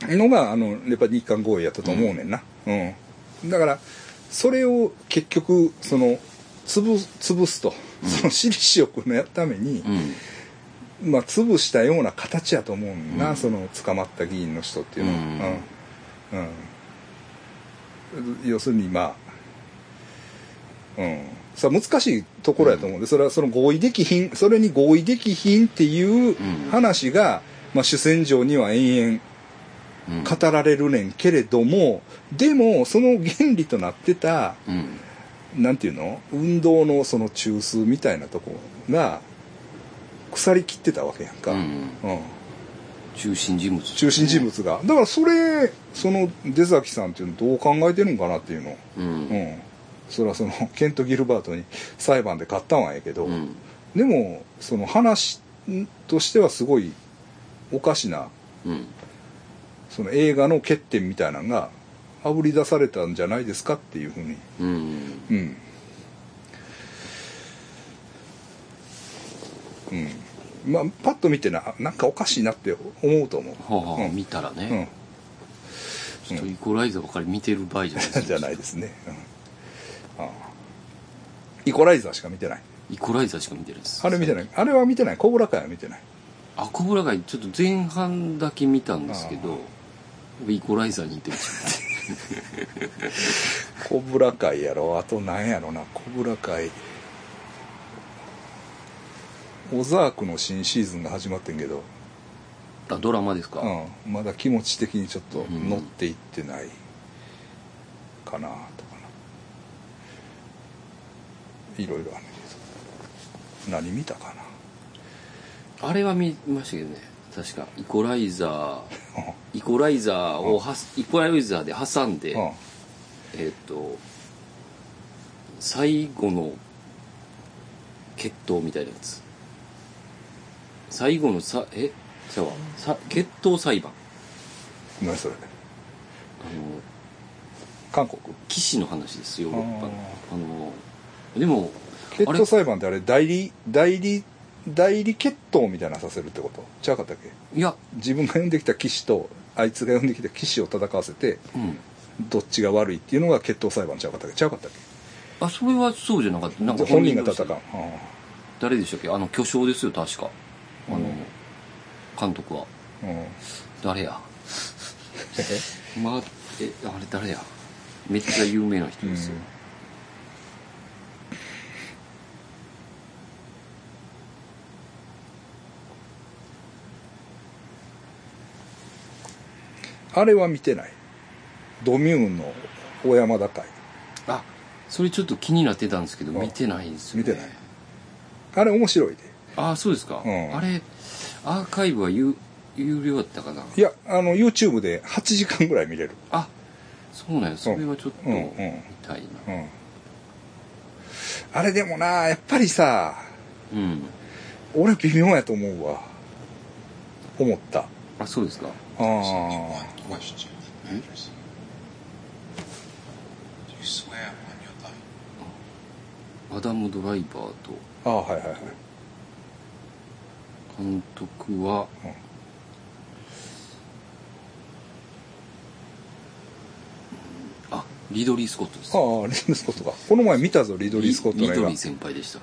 Speaker 1: のがあのやっぱ日韓合意やったと思うねんな、うんだからそれを結局その潰潰すと、その私利私欲のやために、
Speaker 2: うん
Speaker 1: まあ、潰したような形やと思うんだな、その捕まった議員の人っていうのは、うんうん要するにまあ、うん、さあ難しいところやと思うんで、それはその合意できひんそれに合意できひんっていう
Speaker 2: うん
Speaker 1: 話が、まあ、主戦場には延
Speaker 2: う
Speaker 1: 々
Speaker 2: ん
Speaker 1: 語られるねんけれども、でもその原理となってた
Speaker 2: うん
Speaker 1: なんていうの運動のその中枢みたいなとこが腐りきってたわけやんか、
Speaker 2: うん
Speaker 1: うん
Speaker 2: 中心人物
Speaker 1: 中心人物がだからそれその出崎さんっていうのどう考えてるんかなっていうの
Speaker 2: う
Speaker 1: うんんそれはその *laughs* ケント・ギルバートに裁判で勝ったんはええけど、
Speaker 2: うん
Speaker 1: でもその話としてはすごいおかしな
Speaker 2: うん
Speaker 1: その映画の欠点みたいなのがあぶり出されたんじゃないですかっていうふうに
Speaker 2: うん
Speaker 1: うんうんまあパッと見てななんかおかしいなって思うと思う
Speaker 2: はあはあ
Speaker 1: うん
Speaker 2: 見たら
Speaker 1: うん
Speaker 2: ねちょっとイコライザーばっかり見てる場合じゃないです
Speaker 1: じゃ *laughs* ないですね、うんああイコライザーしか見てない
Speaker 2: イコライザーしか見てないです
Speaker 1: あれ見てないあれは見てないコブラ会は見てない
Speaker 2: アコブラがちょっと前半だけ見たんですけどイコライザーに行ってまし
Speaker 1: コブラ会やろあとなんやろなコブラ会オザークの新シーズンが始まってんけど、
Speaker 2: たあドラマですか
Speaker 1: うん、まだ気持ち的にちょっと乗っていってないかなとかないろいろあるけど何見たか
Speaker 2: あれは見ましたけどね確かイコライザ
Speaker 1: な
Speaker 2: ーイコライザーをはすイコライザーで挟んで、
Speaker 1: うんうん
Speaker 2: えっ、と最後の決闘みたいなやつ最後のさえじゃあさ決闘裁判
Speaker 1: 何それ
Speaker 2: あの
Speaker 1: 韓国
Speaker 2: 騎士の話ですよヨーロッパのあのでも
Speaker 1: 決
Speaker 2: あれ
Speaker 1: 闘裁判ってあれ代理代理代理決闘みたいなのさせるってことちゃうかったっけ
Speaker 2: いや
Speaker 1: 自分が呼んできた騎士とあいつが呼んできた騎士を戦わせて
Speaker 2: うん
Speaker 1: どっちが悪いっていうのが決闘裁判ちゃうかったっけちゃうかったっけ
Speaker 2: あそれはそうじゃなかったなんか
Speaker 1: 本人が戦う
Speaker 2: 同士誰でしたっけあの巨匠ですよ確かあの、
Speaker 1: うん
Speaker 2: 監督は
Speaker 1: うんうん
Speaker 2: 誰やまあえあれ誰やめっちゃ有名な人ですよ、
Speaker 1: あれは見てないドミューンの小山田会
Speaker 2: あそれちょっと気になってたんですけど
Speaker 1: うん
Speaker 2: 見てないんですよ、
Speaker 1: 見
Speaker 2: ね、
Speaker 1: てないあれ面白いで
Speaker 2: あそうですか、
Speaker 1: うん
Speaker 2: あれアーカイブは U 有料やったかない
Speaker 1: や、あの、YouTube で8時間ぐらい見れる。
Speaker 2: あそうなんやそれはちょっと
Speaker 1: うんうん
Speaker 2: 見たいな
Speaker 1: うん。あれでもな、やっぱりさ、
Speaker 2: うん、
Speaker 1: 俺微妙やと思うわ。思った。
Speaker 2: あそうですか
Speaker 1: ああ
Speaker 3: One。question that matters. Do you swear on your life?
Speaker 2: アダム・ドライバーと
Speaker 1: ああ、はいはいはい。
Speaker 2: 監督は、
Speaker 1: うん
Speaker 2: あリドリー・スコットです
Speaker 1: ああ、リドリー・スコットか。この前見たぞ、リドリー・スコットの
Speaker 2: リ
Speaker 1: 映
Speaker 2: ド
Speaker 1: 画
Speaker 2: リー。先輩でした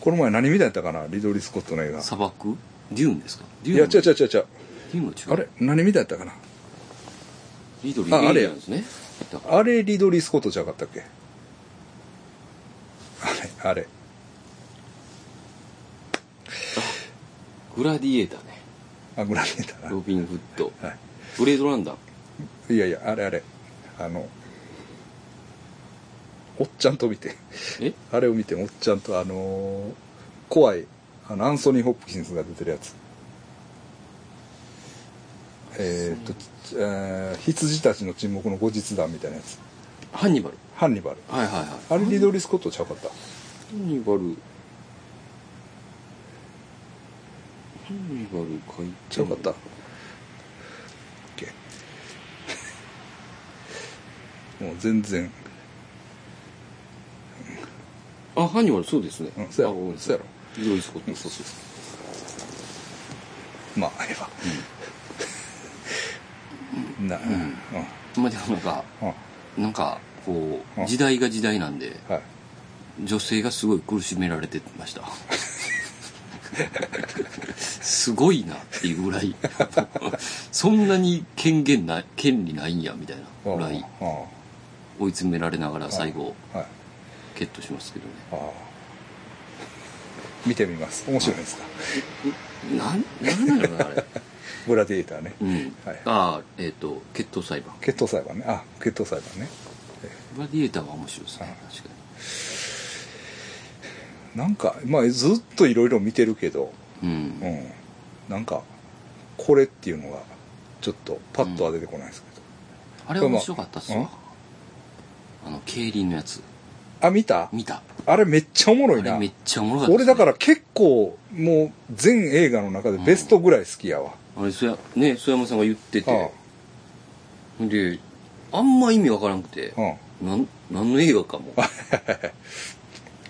Speaker 1: この前何見たんやったかな、リドリー・スコットの映画。
Speaker 2: 砂漠デューンですかデ
Speaker 1: い
Speaker 2: ューン
Speaker 1: や、違う違う違う違う。
Speaker 2: デューンは違う
Speaker 1: あれ何見たんやったかな。
Speaker 2: リドリー・
Speaker 1: ああれ
Speaker 2: ゲイ
Speaker 1: や
Speaker 2: なんですねだから
Speaker 1: あれ、リドリー・スコットじゃなかったっけあれ、あれ。
Speaker 2: グラディエーターね
Speaker 1: あ、グラデーター
Speaker 2: ロビン・フッド
Speaker 1: な。は
Speaker 2: ブレードランダー
Speaker 1: い。いやいや、あれあれ。あの、おっちゃんと見て。
Speaker 2: え
Speaker 1: あれを見て、おっちゃんと、あのー怖い、あの、アンソニー・ホップキンスが出てるやつ。えーっと、つえー羊たちの沈黙の後日談みたいなやつ。
Speaker 2: ハンニバル
Speaker 1: ハンニバル。
Speaker 2: はいはいはい
Speaker 1: あれ、リドリー・スコットちゃうかった。
Speaker 2: ハンニバルハンニバル書い
Speaker 1: ちゃうかった。OK もう全然、
Speaker 2: あハンニバルそうですね
Speaker 1: うんそうやろ
Speaker 2: あごめんな
Speaker 1: そ
Speaker 2: さ
Speaker 1: う
Speaker 2: い
Speaker 1: やろ
Speaker 2: リドリー・スコット
Speaker 1: うんそうそうそう。まあ、あれは。 *laughs* な、うん。
Speaker 2: まあでもなんか
Speaker 1: うん。は
Speaker 2: なんかこ
Speaker 1: うん
Speaker 2: う時代が時代なんで
Speaker 1: い。
Speaker 2: 女性がすごい苦しめられてました
Speaker 1: *laughs*
Speaker 2: すごいなっていうぐらいそんなに権限ない権利ないんやみたいなぐらい
Speaker 1: ああ
Speaker 2: 追い詰められながら最後
Speaker 1: ああはい。
Speaker 2: ゲットしますけどね
Speaker 1: ああ *laughs* 見てみます。面白いですか。
Speaker 2: なんなんなんやろなあれ、
Speaker 1: グラディエーターね。
Speaker 2: うん
Speaker 1: はい
Speaker 2: ああえっ、と決闘裁判
Speaker 1: 決闘裁判ね。あ、決闘裁判ね。
Speaker 2: グラディエーターは面白いですね確か
Speaker 1: なんか、まあ、ずっといろいろ見てるけど、
Speaker 2: にう
Speaker 1: うんん。なんか、これっていうのが、ちょっとパッとは出てこないですけど。
Speaker 2: あれ面白かったっす
Speaker 1: うん
Speaker 2: わあの競輪のやつ
Speaker 1: あ、見た
Speaker 2: 見た
Speaker 1: あれめっちゃおもろい
Speaker 2: あ
Speaker 1: な。
Speaker 2: れめっちゃおもろかったっすね、
Speaker 1: 俺だから結構もう全映画の中でベストぐらい好きやわ、
Speaker 2: あれそやね曽山さんが言って
Speaker 1: うん
Speaker 2: てであんま意味わからなくて
Speaker 1: うん
Speaker 2: なん何の映画かも、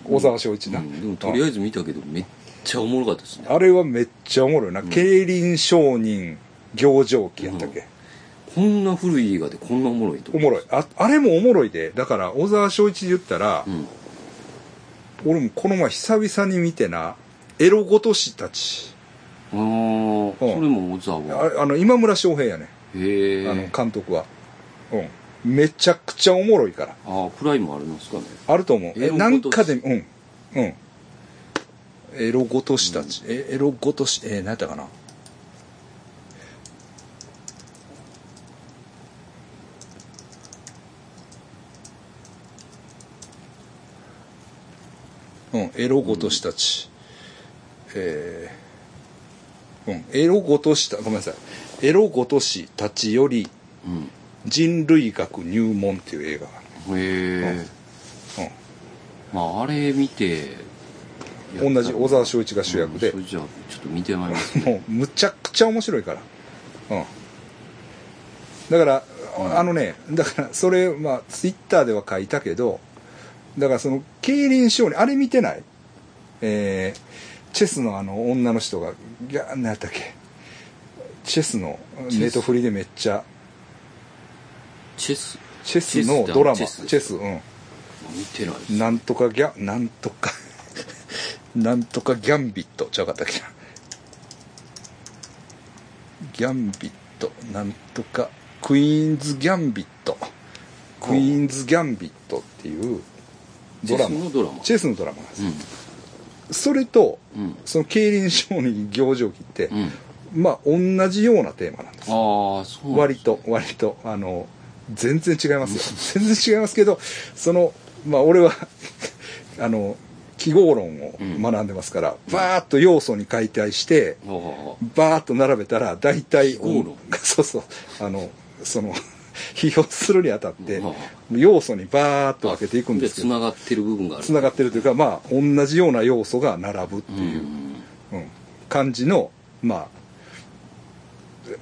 Speaker 1: 小沢昭一な、
Speaker 2: うんでもとりあえず見たけどめっちゃおもろかったですね
Speaker 1: あれはめっちゃおもろいな、競輪商人行情記やったっけ、
Speaker 2: こんな古い映画でこんなおもろいと
Speaker 1: おもろいああれもおもろいでだから小沢昭一で言ったら、
Speaker 2: うん
Speaker 1: 俺もこの前久々に見てなエロごとしたち
Speaker 2: あーそれも小
Speaker 1: あ
Speaker 2: 沢
Speaker 1: あの今村翔平やね、
Speaker 2: へえ
Speaker 1: あの監督はうんめちゃくちゃおもろいから
Speaker 2: ああプライムありますかね
Speaker 1: あると思う。
Speaker 2: エ
Speaker 1: え、
Speaker 2: ロ
Speaker 1: なんかで、
Speaker 2: ご
Speaker 1: うん。うん。エロごとしたち。え、エロごとし、えー、何やったかな。うん、エロごとしたち。えーうん、エロごとした、ごめんなさい。エロごとしたちより
Speaker 2: うん
Speaker 1: 人類学入門っていう映画があ
Speaker 2: へえ
Speaker 1: る。うん。
Speaker 2: まああれ見て
Speaker 1: 同じ小沢昭一が主役で
Speaker 2: うんそれじゃあちょっと見てまいります
Speaker 1: もうむちゃくちゃ面白いからうんだから、あのねだからそれまあツイッターでは書いたけどだからその競輪少年あれ見てないえーチェスのあの女の人がギャー何やったっけチェスの
Speaker 2: チェス
Speaker 1: ネットフリでめっちゃ
Speaker 2: チェス
Speaker 1: チェスのドラマ
Speaker 2: チ
Speaker 1: チ
Speaker 2: ェ
Speaker 1: ェ
Speaker 2: ス
Speaker 1: ス
Speaker 2: って
Speaker 1: う
Speaker 2: 見てないです
Speaker 1: んなんとかギャなんとか *laughs* なんとかギャンビットちゃうかったっけなギャンビット、なんとか、クイーンズ・ギャンビット。クイーンズ・ギャンビットっていうドラ
Speaker 2: チェス
Speaker 1: マ
Speaker 2: の。ドラマ
Speaker 1: チェスのドラマなんですよ。それと、
Speaker 2: うん
Speaker 1: その競輪商人行情記って、
Speaker 2: うん、うん、
Speaker 1: まあ同じようなテーマなんです。
Speaker 2: ああそうなんで
Speaker 1: 割
Speaker 2: す
Speaker 1: と、割と、あの、全 *laughs* 然違いますよ。全然違いますけど、その、まあ俺は、あの、記号論を学んでますから、バーッと要素に解体して、
Speaker 2: ほうほうほ
Speaker 1: バーッと並べたら大体
Speaker 2: 記号論
Speaker 1: *laughs* そうそうあのその *laughs* 批評するにあたって
Speaker 2: うん
Speaker 1: 要素にバーッ
Speaker 2: う
Speaker 1: と分けていくんですけ
Speaker 2: つ
Speaker 1: ど
Speaker 2: ながってる部分がある
Speaker 1: つながってるというかまあ同じような要素が並ぶって
Speaker 2: う
Speaker 1: いう、
Speaker 2: ん
Speaker 1: うん感じのまあ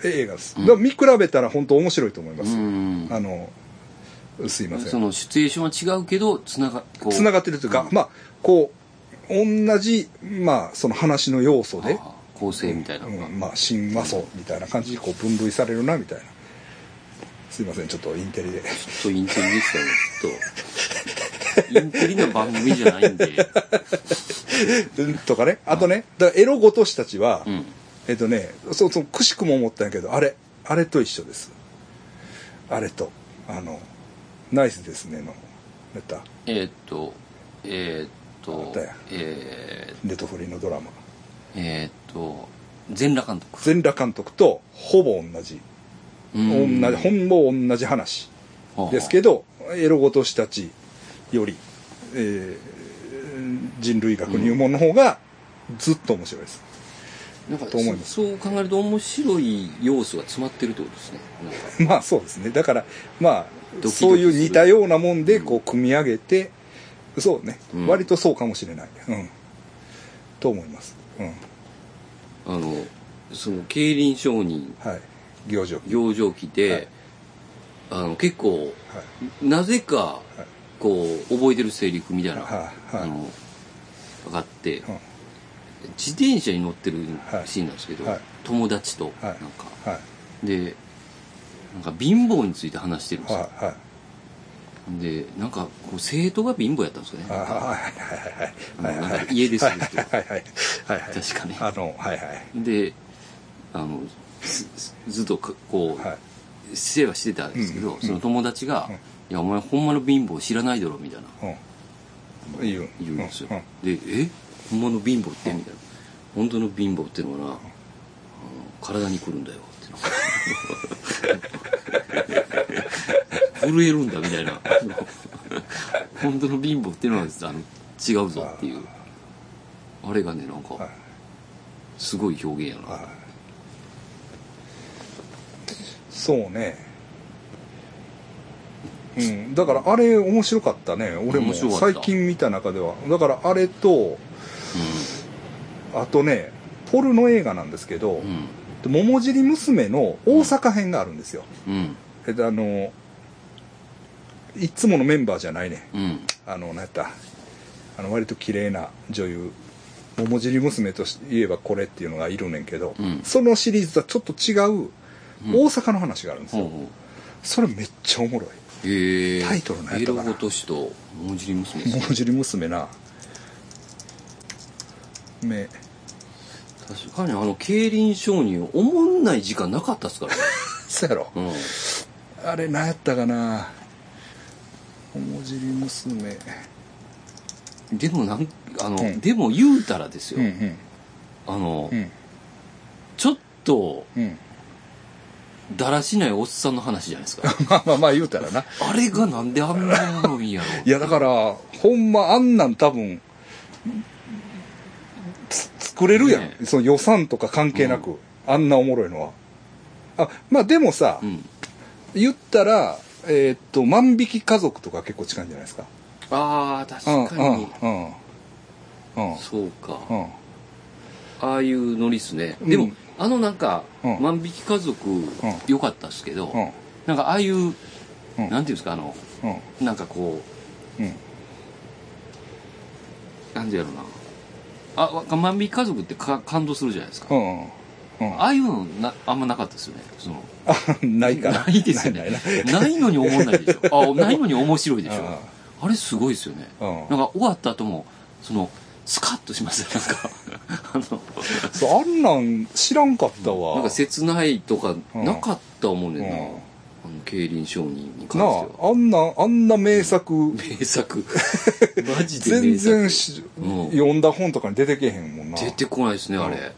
Speaker 1: 映画です、
Speaker 2: うん
Speaker 1: だから見比べたら本当面白いと思います、
Speaker 2: うん
Speaker 1: あのすいません
Speaker 2: そのシチュエーションは違うけどつながこう
Speaker 1: つながってるというか、まあこう同じまあその話の要素で、
Speaker 2: ああ構成みたいなのが、
Speaker 1: うんまあ新和装みたいな感じにこう分類されるなみたいなすいませんちょっとインテリで *laughs*
Speaker 2: ちょっとインテリですよねちょっとインテリな番組じゃないん
Speaker 1: *laughs*
Speaker 2: で
Speaker 1: うんとかねあとねだからエロごとしたちは、
Speaker 2: うん
Speaker 1: えっとねそうそうくしくも思ったんやけどあれあれと一緒ですあれとあの「ナイスですね」のネタ
Speaker 2: えーっとえーっ
Speaker 1: あっ
Speaker 2: と
Speaker 1: たやん
Speaker 2: え
Speaker 1: ネトフリのドラマ
Speaker 2: ー、えーっと全裸監督
Speaker 1: 全裸監督とほぼ同じ同
Speaker 2: うん
Speaker 1: じほんぼ同じ話
Speaker 2: はあ
Speaker 1: ですけどエロごとしたちより、えー人類学入門の方がずっと面白いです、
Speaker 2: なんか
Speaker 1: と思います
Speaker 2: そそう考えると面白い要素が詰まってるってことですねなんか
Speaker 1: *laughs* まあそうですねだからま
Speaker 2: ドキド
Speaker 1: あ
Speaker 2: キする
Speaker 1: そういう似たようなもんでこう組み上げて、そうね、
Speaker 2: うん
Speaker 1: 割とそうかもしれない、うん、と思います、うん、
Speaker 2: あのその競輪商人
Speaker 1: はい行事を
Speaker 2: 養生記で、
Speaker 1: はい
Speaker 2: あの結構
Speaker 1: はい
Speaker 2: なぜかこう覚えてるセリフみたいな、
Speaker 1: はいはい
Speaker 2: あの分かって、
Speaker 1: うん
Speaker 2: 自転車に乗ってるシーンなんですけど、
Speaker 1: はい
Speaker 2: 友達と
Speaker 1: は
Speaker 2: なん
Speaker 1: い
Speaker 2: か、
Speaker 1: はい
Speaker 2: でなんか貧乏について話してるんですよ、
Speaker 1: はいはい
Speaker 2: でなんかこう生徒が貧乏やったんですよね
Speaker 1: はい
Speaker 2: なんか
Speaker 1: はいはいはいはい
Speaker 2: なんか家です
Speaker 1: はい
Speaker 2: る人
Speaker 1: はいはいはいはいはい
Speaker 2: 確かね
Speaker 1: あのはいはい
Speaker 2: であのずずっとかこう、
Speaker 1: はい
Speaker 2: 世話してたんですけど、
Speaker 1: うん
Speaker 2: その友達が「
Speaker 1: うん
Speaker 2: いやお前ほんまの貧乏知らないだろ」みたいな
Speaker 1: うん言う
Speaker 2: 言うんですよ、
Speaker 1: うんうん
Speaker 2: で「えほんまの貧乏って?」みたいな「本当の貧乏ってのはなあの体に来るんだよ」ってなんか震えるんだみたいな「本当の貧乏ってのはあの違うぞ」っていうあれがねなん
Speaker 1: はい
Speaker 2: かすごい表現やな、
Speaker 1: はいそうねうんだからあれ面白かったね俺も
Speaker 2: 面白かった
Speaker 1: 最近見た中ではだからあれとあとねポルノ映画なんですけど
Speaker 2: うんうん
Speaker 1: 「桃尻娘」の大阪編があるんですよ、
Speaker 2: うん
Speaker 1: えっとあのいつものメンバーじゃないね
Speaker 2: うん
Speaker 1: あの何やったあの割と綺麗な女優桃尻娘といえばこれっていうのがいるねんけど、
Speaker 2: うん
Speaker 1: そのシリーズとはちょっと違う大阪の話があるんです
Speaker 2: ほ
Speaker 1: よ、
Speaker 2: うほう
Speaker 1: それめっちゃおもろい
Speaker 2: えー、
Speaker 1: タイトルなんやったかな
Speaker 2: エロごとしと桃尻娘です
Speaker 1: 桃尻娘なめ
Speaker 2: 確かにあの競輪商人おもんない時間なかったっ
Speaker 1: *laughs*
Speaker 2: すからね、
Speaker 1: そやろ
Speaker 2: うん、
Speaker 1: あれ何やったかな桃尻娘
Speaker 2: でもなんあの、
Speaker 1: うん
Speaker 2: でも言うたらですよ、
Speaker 1: うんうん
Speaker 2: あの、
Speaker 1: うん
Speaker 2: ちょっと
Speaker 1: うん
Speaker 2: だらしないおっさんの話じゃないですか
Speaker 1: *laughs* まあまあまあ言うたらな
Speaker 2: あれがなんであんなおもろいんやろ
Speaker 1: *laughs* いやだからほんまあんなん多分つ作れるやん、
Speaker 2: ね
Speaker 1: その予算とか関係なく、あんなおもろいのはあまあでもさ、
Speaker 2: うん、
Speaker 1: 言ったらえーっと万引き家族とか結構近いんじゃないですか
Speaker 2: ああ確かに、
Speaker 1: うんうんうん
Speaker 2: そうか、
Speaker 1: うん
Speaker 2: ああいうノリっすね、
Speaker 1: うん
Speaker 2: でもあのなんか、
Speaker 1: うん
Speaker 2: 万引き家族良かったっすけど、
Speaker 1: うん
Speaker 2: なんかああいう、
Speaker 1: うん
Speaker 2: なんていうんですかあの
Speaker 1: うん
Speaker 2: なんかこう
Speaker 1: うん
Speaker 2: なんでやろうなあわ万引き家族ってか感動するじゃないですか、
Speaker 1: うんうんうん
Speaker 2: ああいうのなあんまなかったですよねその
Speaker 1: あないかな
Speaker 2: ないですよね
Speaker 1: な
Speaker 2: *laughs* ないい
Speaker 1: な
Speaker 2: のに思わないでし
Speaker 1: *laughs*
Speaker 2: ょあないのに面白いでしょ
Speaker 1: あ
Speaker 2: あれすごいですよね、
Speaker 1: うん
Speaker 2: なんか終わった後もそのスカッとしますよなんか *laughs* あの
Speaker 1: そうあんなん知らんかったわ
Speaker 2: なんか切ないとか
Speaker 1: うん
Speaker 2: なかった思うねんな、
Speaker 1: うん
Speaker 2: あの競輪商人に関して
Speaker 1: な
Speaker 2: は
Speaker 1: ああんなあんな名作、
Speaker 2: 名
Speaker 1: *laughs*
Speaker 2: 作マジで
Speaker 1: 全
Speaker 2: 名作
Speaker 1: 然し、
Speaker 2: うん
Speaker 1: 読んだ本とかに出てけへんもんな
Speaker 2: 出てこないですねあれ、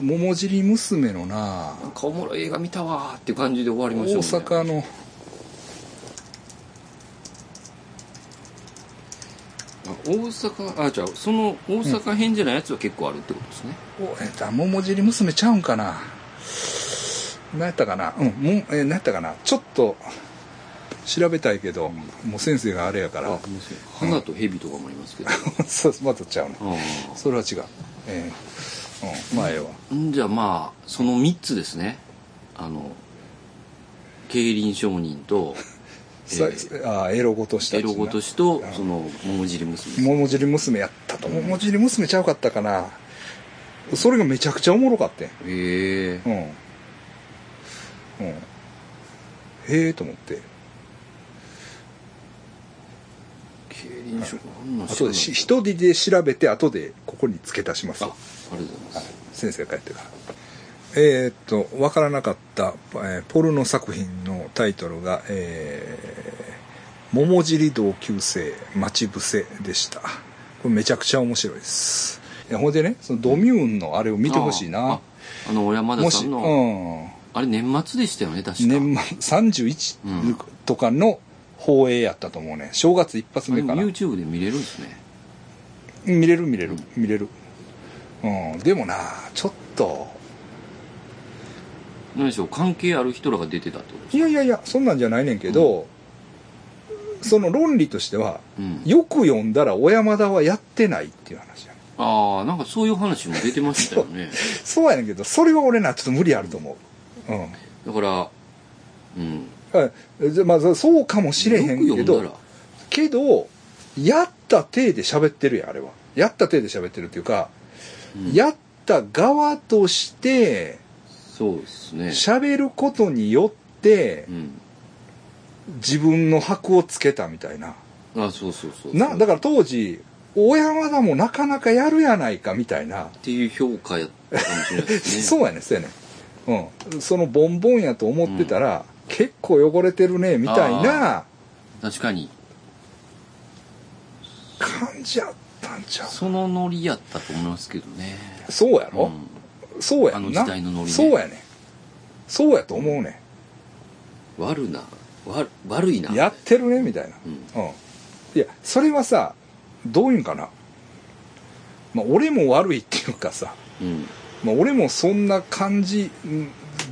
Speaker 1: 桃尻娘のな
Speaker 2: なんかおもろい映画見たわーっていう感じで終わり
Speaker 1: 大
Speaker 2: ましたもん
Speaker 1: 阪
Speaker 2: ね
Speaker 1: の
Speaker 2: あ大阪あじゃあその大阪編じゃないやつは結構あるってことですね、
Speaker 1: おえっと桃尻娘ちゃうんかな何やったかなうんもんえ何やったかなちょっと調べたいけど、もう先生があれやか
Speaker 2: あ
Speaker 1: ら
Speaker 2: 面白い花と蛇とかもありますけど、
Speaker 1: そう *laughs* またちゃうの
Speaker 2: う
Speaker 1: それは違うええうん、前は、
Speaker 2: ん、じゃあまあその3つですねあの競輪商人
Speaker 1: *laughs*
Speaker 2: と、え
Speaker 1: さ
Speaker 2: ー
Speaker 1: あエロごとした
Speaker 2: エロごとしとその桃尻娘
Speaker 1: 桃尻娘やったと桃尻娘ちゃうかったかなそれがめちゃくちゃおもろかってん
Speaker 2: へえ
Speaker 1: うん、うん、へえと思って
Speaker 2: 競輪商人あんな
Speaker 1: あ
Speaker 2: 知
Speaker 1: と
Speaker 2: らな
Speaker 1: で
Speaker 2: い
Speaker 1: し一人で調べて後でここに付け足します
Speaker 2: あありがとうございます
Speaker 1: 先生が帰ってからえーっと分からなかった、えーポルノ作品のタイトルが「えー桃尻同級生待ち伏せ」でしたこれめちゃくちゃ面白いですいやほんでねそのドミューンのあれを見てほしい
Speaker 2: あ
Speaker 1: な
Speaker 2: ああの小山田
Speaker 1: も
Speaker 2: さ
Speaker 1: し、
Speaker 2: ん
Speaker 1: うん、
Speaker 2: の、
Speaker 1: 年
Speaker 2: あれ年末でしたよね確か
Speaker 1: 末31とかの放映やったと思うね正月一発
Speaker 2: あ
Speaker 1: 目
Speaker 2: れ
Speaker 1: か
Speaker 2: も
Speaker 1: な
Speaker 2: YouTube で見れるんですね
Speaker 1: 見れる見れる見れるうんでもなちょっと
Speaker 2: 何でしょう関係ある人らが出てたってことです
Speaker 1: いやいやいやそんなんじゃないねんけど、その論理としては、
Speaker 2: うん
Speaker 1: よく読んだら小山田はやってないっていう話やね
Speaker 2: ああなんかそういう話も出てましたよね *laughs*
Speaker 1: そうやねんけどそれは俺なちょっと無理あると思ううん
Speaker 2: だからうん
Speaker 1: あじゃあまあそそうかもしれへんけ
Speaker 2: よく読んだ
Speaker 1: ど
Speaker 2: ら
Speaker 1: けどやった体で喋ってるやんあれはやった体で喋ってるっていうか、
Speaker 2: うん
Speaker 1: やった側として
Speaker 2: そうですね
Speaker 1: 喋ることによって
Speaker 2: うん
Speaker 1: 自分の箔をつけたみたいな
Speaker 2: あそうそうそう
Speaker 1: なだから当時大山田もなかなかやるやないかみたいな、
Speaker 2: っていう評価やったかもしれないですね
Speaker 1: *laughs* そうやねんそうやねん、うん、そのボンボンやと思ってたら、結構汚れてるねみたいな
Speaker 2: 確かに
Speaker 1: 感じやったんちゃう
Speaker 2: そのノリやったと思いますけどね
Speaker 1: そうや
Speaker 2: う
Speaker 1: ろ、
Speaker 2: ん
Speaker 1: そうやんな
Speaker 2: あの時代のノリね
Speaker 1: そうやねんそうやと思うね
Speaker 2: 悪な悪悪いなん
Speaker 1: やってるねみたいな
Speaker 2: うん
Speaker 1: うんいやそれはさどういうんかな、まあ、俺も悪いっていうかさ
Speaker 2: うん
Speaker 1: まあ、俺もそんな感じ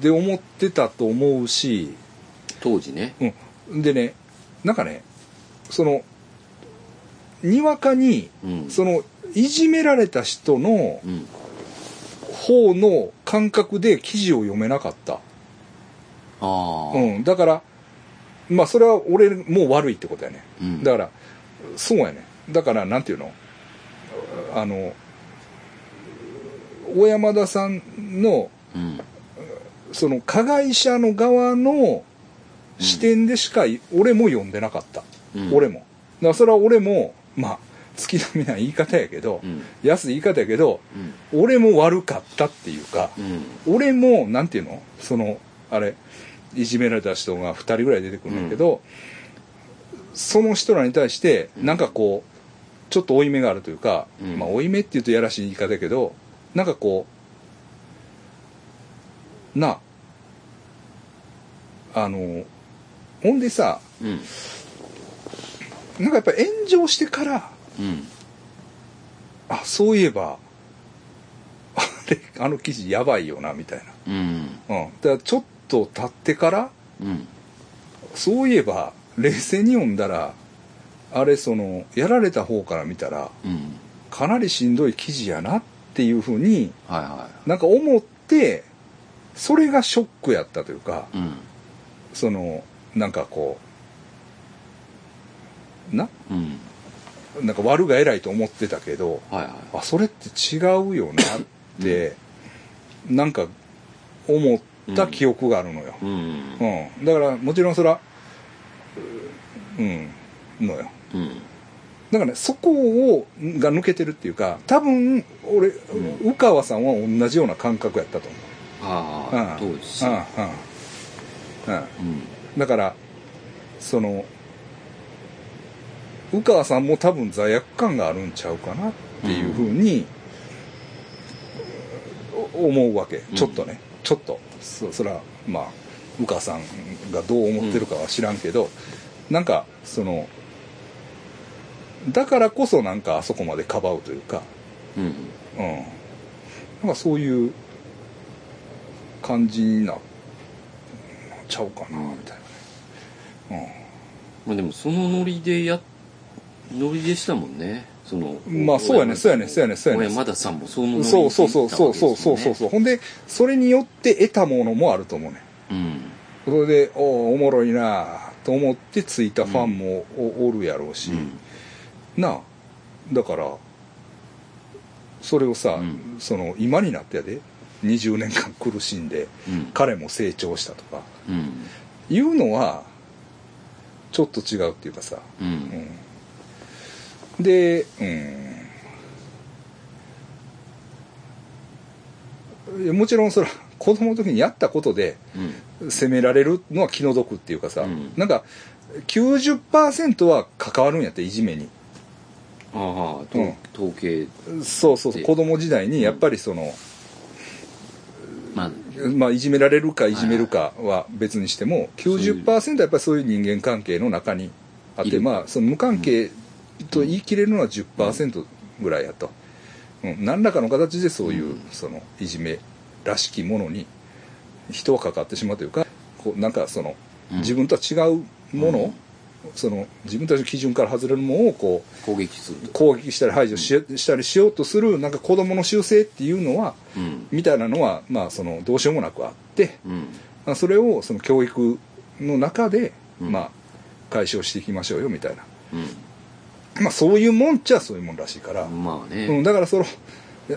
Speaker 1: で思ってたと思うし、
Speaker 2: 当時ね
Speaker 1: うん、でねなんかねそのにわかに
Speaker 2: うん
Speaker 1: そのいじめられた人の
Speaker 2: うん
Speaker 1: 方の感覚で記事を読めなかった、
Speaker 2: ああ
Speaker 1: うん、だからまあそれは俺も悪いってことやね
Speaker 2: うん
Speaker 1: だからそうやねだからなんていうのあの大山田さんの
Speaker 2: うん
Speaker 1: その加害者の側の視点でしか、俺も読んでなかった、
Speaker 2: うん
Speaker 1: 俺もだからそれは俺もまあ月並みな言い方やけど、
Speaker 2: うん
Speaker 1: 安い言い方やけど
Speaker 2: うん
Speaker 1: 俺も悪かったっていうか、
Speaker 2: うん
Speaker 1: 俺もなんていうのそのあれいじめられた人が2人ぐらい出てくるんだけど、その人らに対してなんかこうちょっと負い目があるというか、
Speaker 2: うん
Speaker 1: まあ負い目っていうとやらしい言い方だけどなんかこうなあのほんでさ
Speaker 2: うん
Speaker 1: なんかやっぱり炎上してから
Speaker 2: うん
Speaker 1: あそういえば *laughs* あれあの記事やばいよなみたい
Speaker 2: うん
Speaker 1: な、うん、だからちょっと経ってから
Speaker 2: うん
Speaker 1: そういえば冷静に読んだらあれそのやられた方から見たら
Speaker 2: うん
Speaker 1: かなりしんどい記事やなっていうふうに
Speaker 2: はいは
Speaker 1: なんか思ってそれがショックやったというか
Speaker 2: いうん
Speaker 1: そのなんかこうな
Speaker 2: うん
Speaker 1: なんか悪が偉いと思ってたけど
Speaker 2: はいはい
Speaker 1: あそれって違うよなって、 *coughs* なんか思った記憶があるのよ。
Speaker 2: うん
Speaker 1: うん、だからもちろんそらうんうんのよ
Speaker 2: うん
Speaker 1: だから、ね、そこをが抜けてるっていうか多分俺、
Speaker 2: う
Speaker 1: 宇川さんは同じような感覚やったと思
Speaker 2: あ
Speaker 1: う、
Speaker 2: あ
Speaker 1: うん、
Speaker 2: 当時
Speaker 1: うんうんうん
Speaker 2: うん
Speaker 1: だからその宇川さんも多分罪悪感があるんちゃうかなっていうふうに、お思うわけ
Speaker 2: うん
Speaker 1: ちょっとね、ちょっとそそらまあ宇川さんがどう思ってるかは知らんけど、なんかそのだからこそなんかあそこまでかばうというか、
Speaker 2: うん
Speaker 1: うん、なんかそういう感じになっちゃうかなみたいなね、
Speaker 2: まあでもそのノリでやノリでしたもんねその
Speaker 1: まあそうやねそうやねそうやねそうやね
Speaker 2: 小山田さんもそのノ
Speaker 1: う
Speaker 2: リ
Speaker 1: ん、
Speaker 2: で
Speaker 1: そうそうそうそうそうそう
Speaker 2: 行
Speaker 1: そう
Speaker 2: ったわ
Speaker 1: ほんでそれによって得たものもあると思うね
Speaker 2: けですもん
Speaker 1: それ
Speaker 2: ね
Speaker 1: でおおおもろいなあと思ってついたファンもお,、るやろうし、
Speaker 2: うん、うん
Speaker 1: なあだからそれをさ、
Speaker 2: うん
Speaker 1: その今になってやで20年間苦しんで
Speaker 2: うん
Speaker 1: 彼も成長したとか
Speaker 2: うん
Speaker 1: いうのはちょっと違うっていうかさ、
Speaker 2: う
Speaker 1: うんん、でうんいやもちろんそら子供の時にやったことで
Speaker 2: うん
Speaker 1: 責められるのは気の毒っていうかさ、
Speaker 2: うん
Speaker 1: なんか90%は関わるんやっていじめに
Speaker 2: ああ、と
Speaker 1: うん
Speaker 2: 統計
Speaker 1: そうそうそう
Speaker 2: で
Speaker 1: 子供時代にやっぱりその、
Speaker 2: まあ
Speaker 1: まあ、いじめられるかいじめるかは別にしても
Speaker 2: そういう
Speaker 1: 90%はやっぱりそういう人間関係の中にあっ
Speaker 2: い
Speaker 1: て
Speaker 2: る
Speaker 1: まあその無関係と言い切れるのは10%ぐらいやと、うん、何らかの形でそういう
Speaker 2: うん
Speaker 1: そのいじめらしきものに人は関わってしまうというかこうなんかその
Speaker 2: うん
Speaker 1: 自分とは違うもの、
Speaker 2: うん
Speaker 1: その自分たちの基準から外れるものをこう
Speaker 2: 攻撃すると
Speaker 1: 攻撃したり排除ししたりしようとするなんか子供の習性っていうのは
Speaker 2: うん
Speaker 1: みたいなのは、まあ、そのどうしようもなくあって
Speaker 2: うん
Speaker 1: まあそれをその教育の中で、
Speaker 2: うん
Speaker 1: まあ、解消していきましょうよみたいな、
Speaker 2: う
Speaker 1: まあ、そういうもんっちゃそういうもんらしいから、
Speaker 2: んまあね、
Speaker 1: うん、だからその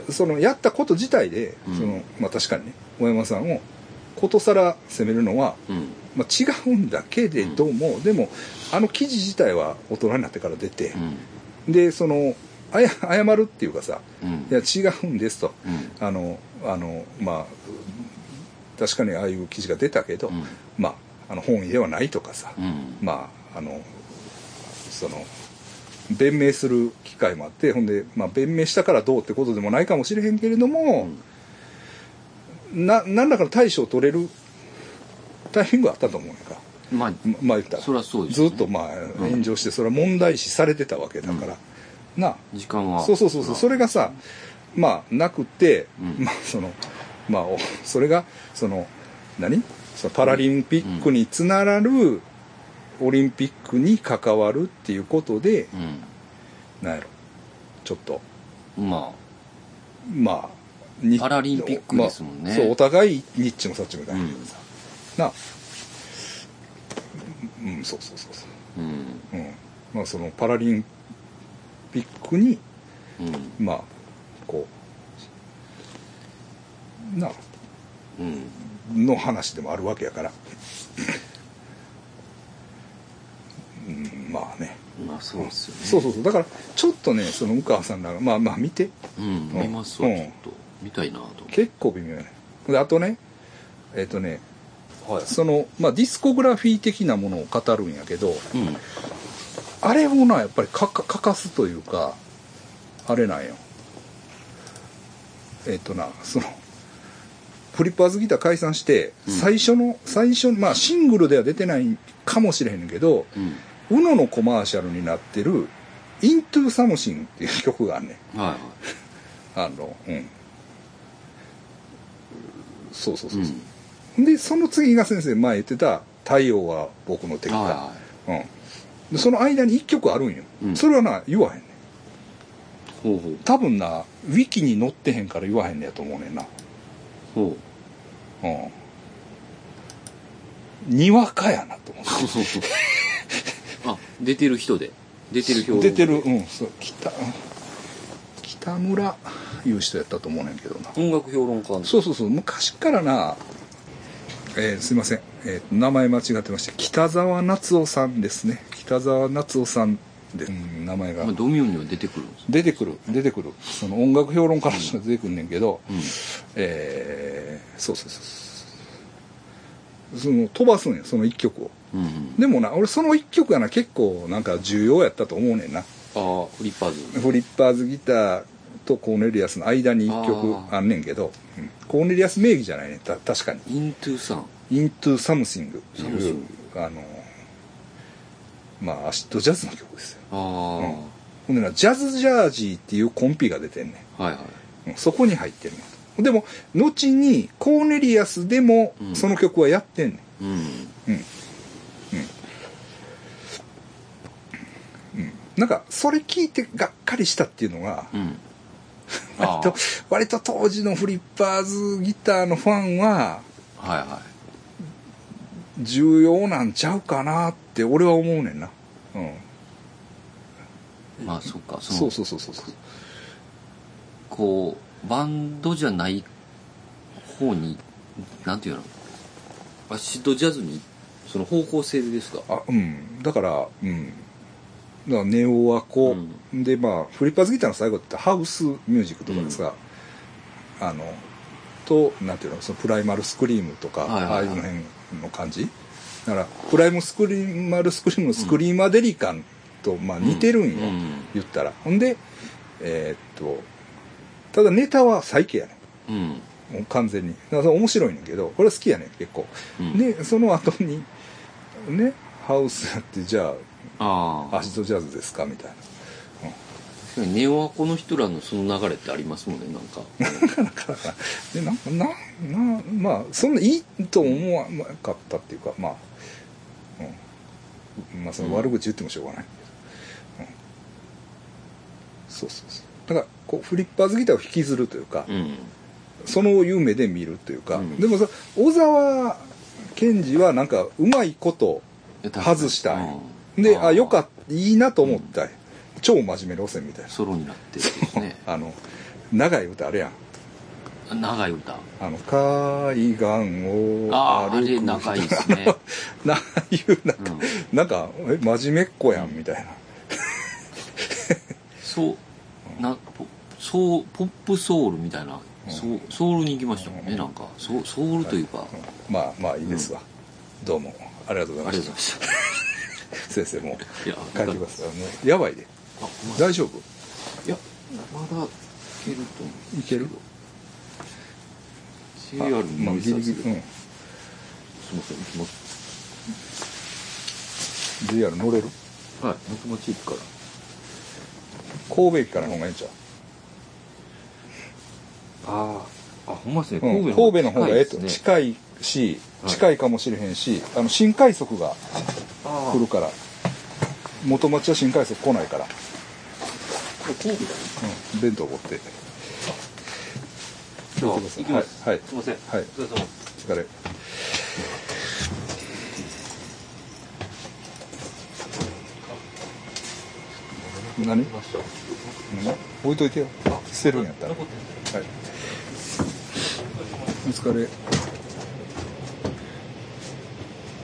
Speaker 1: そのやったこと自体で、
Speaker 2: うん
Speaker 1: そのまあ、確かにね大山さんをことさら責めるのは、
Speaker 2: うん
Speaker 1: まあ、違うんだけれども、でもあの記事自体は大人になってから出て
Speaker 2: う、ん
Speaker 1: でそのあや謝るっていうかさ
Speaker 2: うん
Speaker 1: 「いや違うんです」と。
Speaker 2: うん
Speaker 1: あのあのまあ確かにああいう記事が出たけど、
Speaker 2: うん
Speaker 1: まああの本意ではないとかさ、
Speaker 2: うん
Speaker 1: まああのその弁明する機会もあってほんで、まあ、弁明したからどうってことでもないかもしれへんけれども、な何らかの対処を取れるタイミングはあったと思うねんか、
Speaker 2: まあ
Speaker 1: ままあ言ったら
Speaker 2: そりゃそうですよね
Speaker 1: ずっとまあ
Speaker 2: ん
Speaker 1: 炎上して、それは問題視されてたわけだから、なあ
Speaker 2: 時間は
Speaker 1: そうそうそうそうそれがさまあなくて、
Speaker 2: うん
Speaker 1: まあそのまあおそれがその何そのパラリンピックにつながるオリンピックに関わるっていうことで、なんやろちょっと
Speaker 2: うんま
Speaker 1: まあに
Speaker 2: パラリンピックですもんね
Speaker 1: まあそうお互いニッチもサッチもないけどさ、なあうんそうそうそうそ
Speaker 2: あうん
Speaker 1: ううんまあそのパラリンピックに
Speaker 2: うん
Speaker 1: まあこうな
Speaker 2: うん
Speaker 1: の話でもあるわけやから、うん、まあね
Speaker 2: まあそうですよね
Speaker 1: そうそうそうだからちょっとねその鵜川さんらがまあまあ見て
Speaker 2: うん
Speaker 1: うん
Speaker 2: 見ますわ
Speaker 1: うん
Speaker 2: ちょっと見たいなと
Speaker 1: 結構微妙やねであとねえっ、とね、その、まあ、ディスコグラフィー的なものを語るんやけど
Speaker 2: うん
Speaker 1: あれをなやっぱりかか欠かすというかあれなんよえっ、となそのフリッパーズギター解散して、
Speaker 2: うん
Speaker 1: 最初の最初まあシングルでは出てないかもしれへんけど
Speaker 2: う
Speaker 1: 「
Speaker 2: ん
Speaker 1: UNO のコマーシャルになってる「Into Something」っていう曲があんねん
Speaker 2: はいはい
Speaker 1: あのうんそうそうそううそ
Speaker 2: ん
Speaker 1: う、でその次が先生前言ってた「太陽は僕の敵だ」
Speaker 2: はいは
Speaker 1: うんで、その間に1曲あるんよ、
Speaker 2: うん
Speaker 1: それはな言わへんねん
Speaker 2: いほうほう
Speaker 1: 多分なウィキに載ってへんから言わへんねやと思うねんな
Speaker 2: ほう *laughs*
Speaker 1: うんにわかやなと思って
Speaker 2: あ出てる人で出てる表
Speaker 1: 出てるうんそう北北村いう人やったと思うねんけどな
Speaker 2: 音楽評論家の
Speaker 1: そうそうそう昔からなえーすいません、えー名前間違ってました北沢夏夫さんですね北沢夏夫さんで、うん名前が
Speaker 2: まあドミューンには出てくるんです
Speaker 1: 出てくる出てくるその音楽評論家の人が出てくんねんけど、
Speaker 2: うん
Speaker 1: えーそうそうそうそうその飛ばすんやその1曲を
Speaker 2: うんうん
Speaker 1: でもな俺その1曲がな結構なんか重要やったと思うねんな
Speaker 2: ああフリッパーズ
Speaker 1: フリッパーズギターとコーネリアスの間に1
Speaker 2: あ
Speaker 1: 曲
Speaker 2: ー
Speaker 1: あんねんけど、うんコーネリアス名義じゃないねんた確かに
Speaker 2: イントゥさん
Speaker 1: 「Into Something」っていう
Speaker 2: Something
Speaker 1: あのまあアシッドジャズの曲ですよ
Speaker 2: ああ、
Speaker 1: うんほんでなジャズジャージーっていうコンピが出てんね
Speaker 2: はいはい
Speaker 1: んうんそこに入ってるねんでも後にコーネリアスでも
Speaker 2: うん
Speaker 1: その曲はやってんねん、
Speaker 2: うん
Speaker 1: なんかそれ聞いてがっかりしたっていうのが
Speaker 2: うん
Speaker 1: 割
Speaker 2: あ
Speaker 1: と割と当時のフリッパーズギターのファンは
Speaker 2: あはいは
Speaker 1: 重要なんちゃうかなって俺は思うねんな、うん、
Speaker 2: いまあそっかその
Speaker 1: そうそうそうそうそう
Speaker 2: こうバンドじゃない方になんていうのアシッドジャズにその方向性ですか
Speaker 1: あうんだからうんだからネオアコ、でまあフリッパーズギターの最後ってハウスミュージックとかですが、あのとなんていうのそのプライマルスクリームとか、
Speaker 2: はいはいはい
Speaker 1: ああいうの辺の感じだからプライムスクリーマルスクリームのスクリーマデリカンと、まあ似てるんよ、
Speaker 2: うん
Speaker 1: 言ったらほんでえーっとただネタは最イケやねん
Speaker 2: うん
Speaker 1: もう完全にだからそれ面白いねんけどこれは好きやねん結構、
Speaker 2: うん
Speaker 1: でその後にねハウスやってじゃ
Speaker 2: あ
Speaker 1: あ
Speaker 2: あ
Speaker 1: アシドジャズですかみたい
Speaker 2: 確かにネオアコの人らのその流れってありますもんねなんか
Speaker 1: なだからでなんかななまあそんないいと思わなかったっていうかまあ、うん、まあその悪口言ってもしょうがない、うんそうそうそうだからこうフリッパーズギターを引きずる *laughs* というか、
Speaker 2: うん
Speaker 1: その夢で見るというか、
Speaker 2: うん
Speaker 1: でもさ小沢健二はなんかうまいこと外したんよであよか
Speaker 2: っ
Speaker 1: ったいいなと思ったんよ、超真面目路線みたい
Speaker 2: たソロになってるんです
Speaker 1: *laughs*
Speaker 2: ね
Speaker 1: なあの長い歌あれやん
Speaker 2: 長い歌あ
Speaker 1: あの海岸を
Speaker 2: ああ
Speaker 1: 歩
Speaker 2: れ
Speaker 1: く
Speaker 2: 長いですね
Speaker 1: *laughs* なああいうなんか、なんかえ真面目っ子やんみたいな、
Speaker 2: そうなポそうポップソウルみたいな、そうソウルに行きましたもんね、なんかそうソウルというか、
Speaker 1: うんまあまあいいですわ、どうもありがとうござ
Speaker 2: あ
Speaker 1: いま
Speaker 2: りがとうご
Speaker 1: し
Speaker 2: ざい
Speaker 1: た
Speaker 2: まし
Speaker 1: 先
Speaker 2: た
Speaker 1: 生も
Speaker 2: いや
Speaker 1: う帰ってくださいもうやばいで
Speaker 2: あまだ
Speaker 1: 大丈夫
Speaker 2: いやまだいけると思う
Speaker 1: いける
Speaker 2: CR
Speaker 1: まあ
Speaker 2: の
Speaker 1: ギリギリ、う
Speaker 2: す
Speaker 1: ん
Speaker 2: いません行きます
Speaker 1: JR 乗れる
Speaker 2: はい僕もち行くから
Speaker 1: 神戸駅からの方がいいんちゃう、
Speaker 2: あああほんまですね
Speaker 1: うん、神
Speaker 2: 神戸の
Speaker 1: 戸の方がえっと
Speaker 2: 近いですね
Speaker 1: 近いし
Speaker 2: はい
Speaker 1: 近いかもしれへんし、あの新快速が
Speaker 2: ああ
Speaker 1: 来るから元町は新快速来ないから、
Speaker 2: 神戸だね
Speaker 1: うん、弁当持って
Speaker 2: 今
Speaker 1: 行
Speaker 2: 日
Speaker 1: ってくださいは
Speaker 2: 行きます
Speaker 1: いはい
Speaker 2: すいません
Speaker 1: はい
Speaker 2: お疲れ様
Speaker 1: 疲れ何
Speaker 2: 来ました
Speaker 1: 何置いといてよ捨てるんやったら
Speaker 2: 残
Speaker 1: は
Speaker 2: ってる
Speaker 1: いお疲れ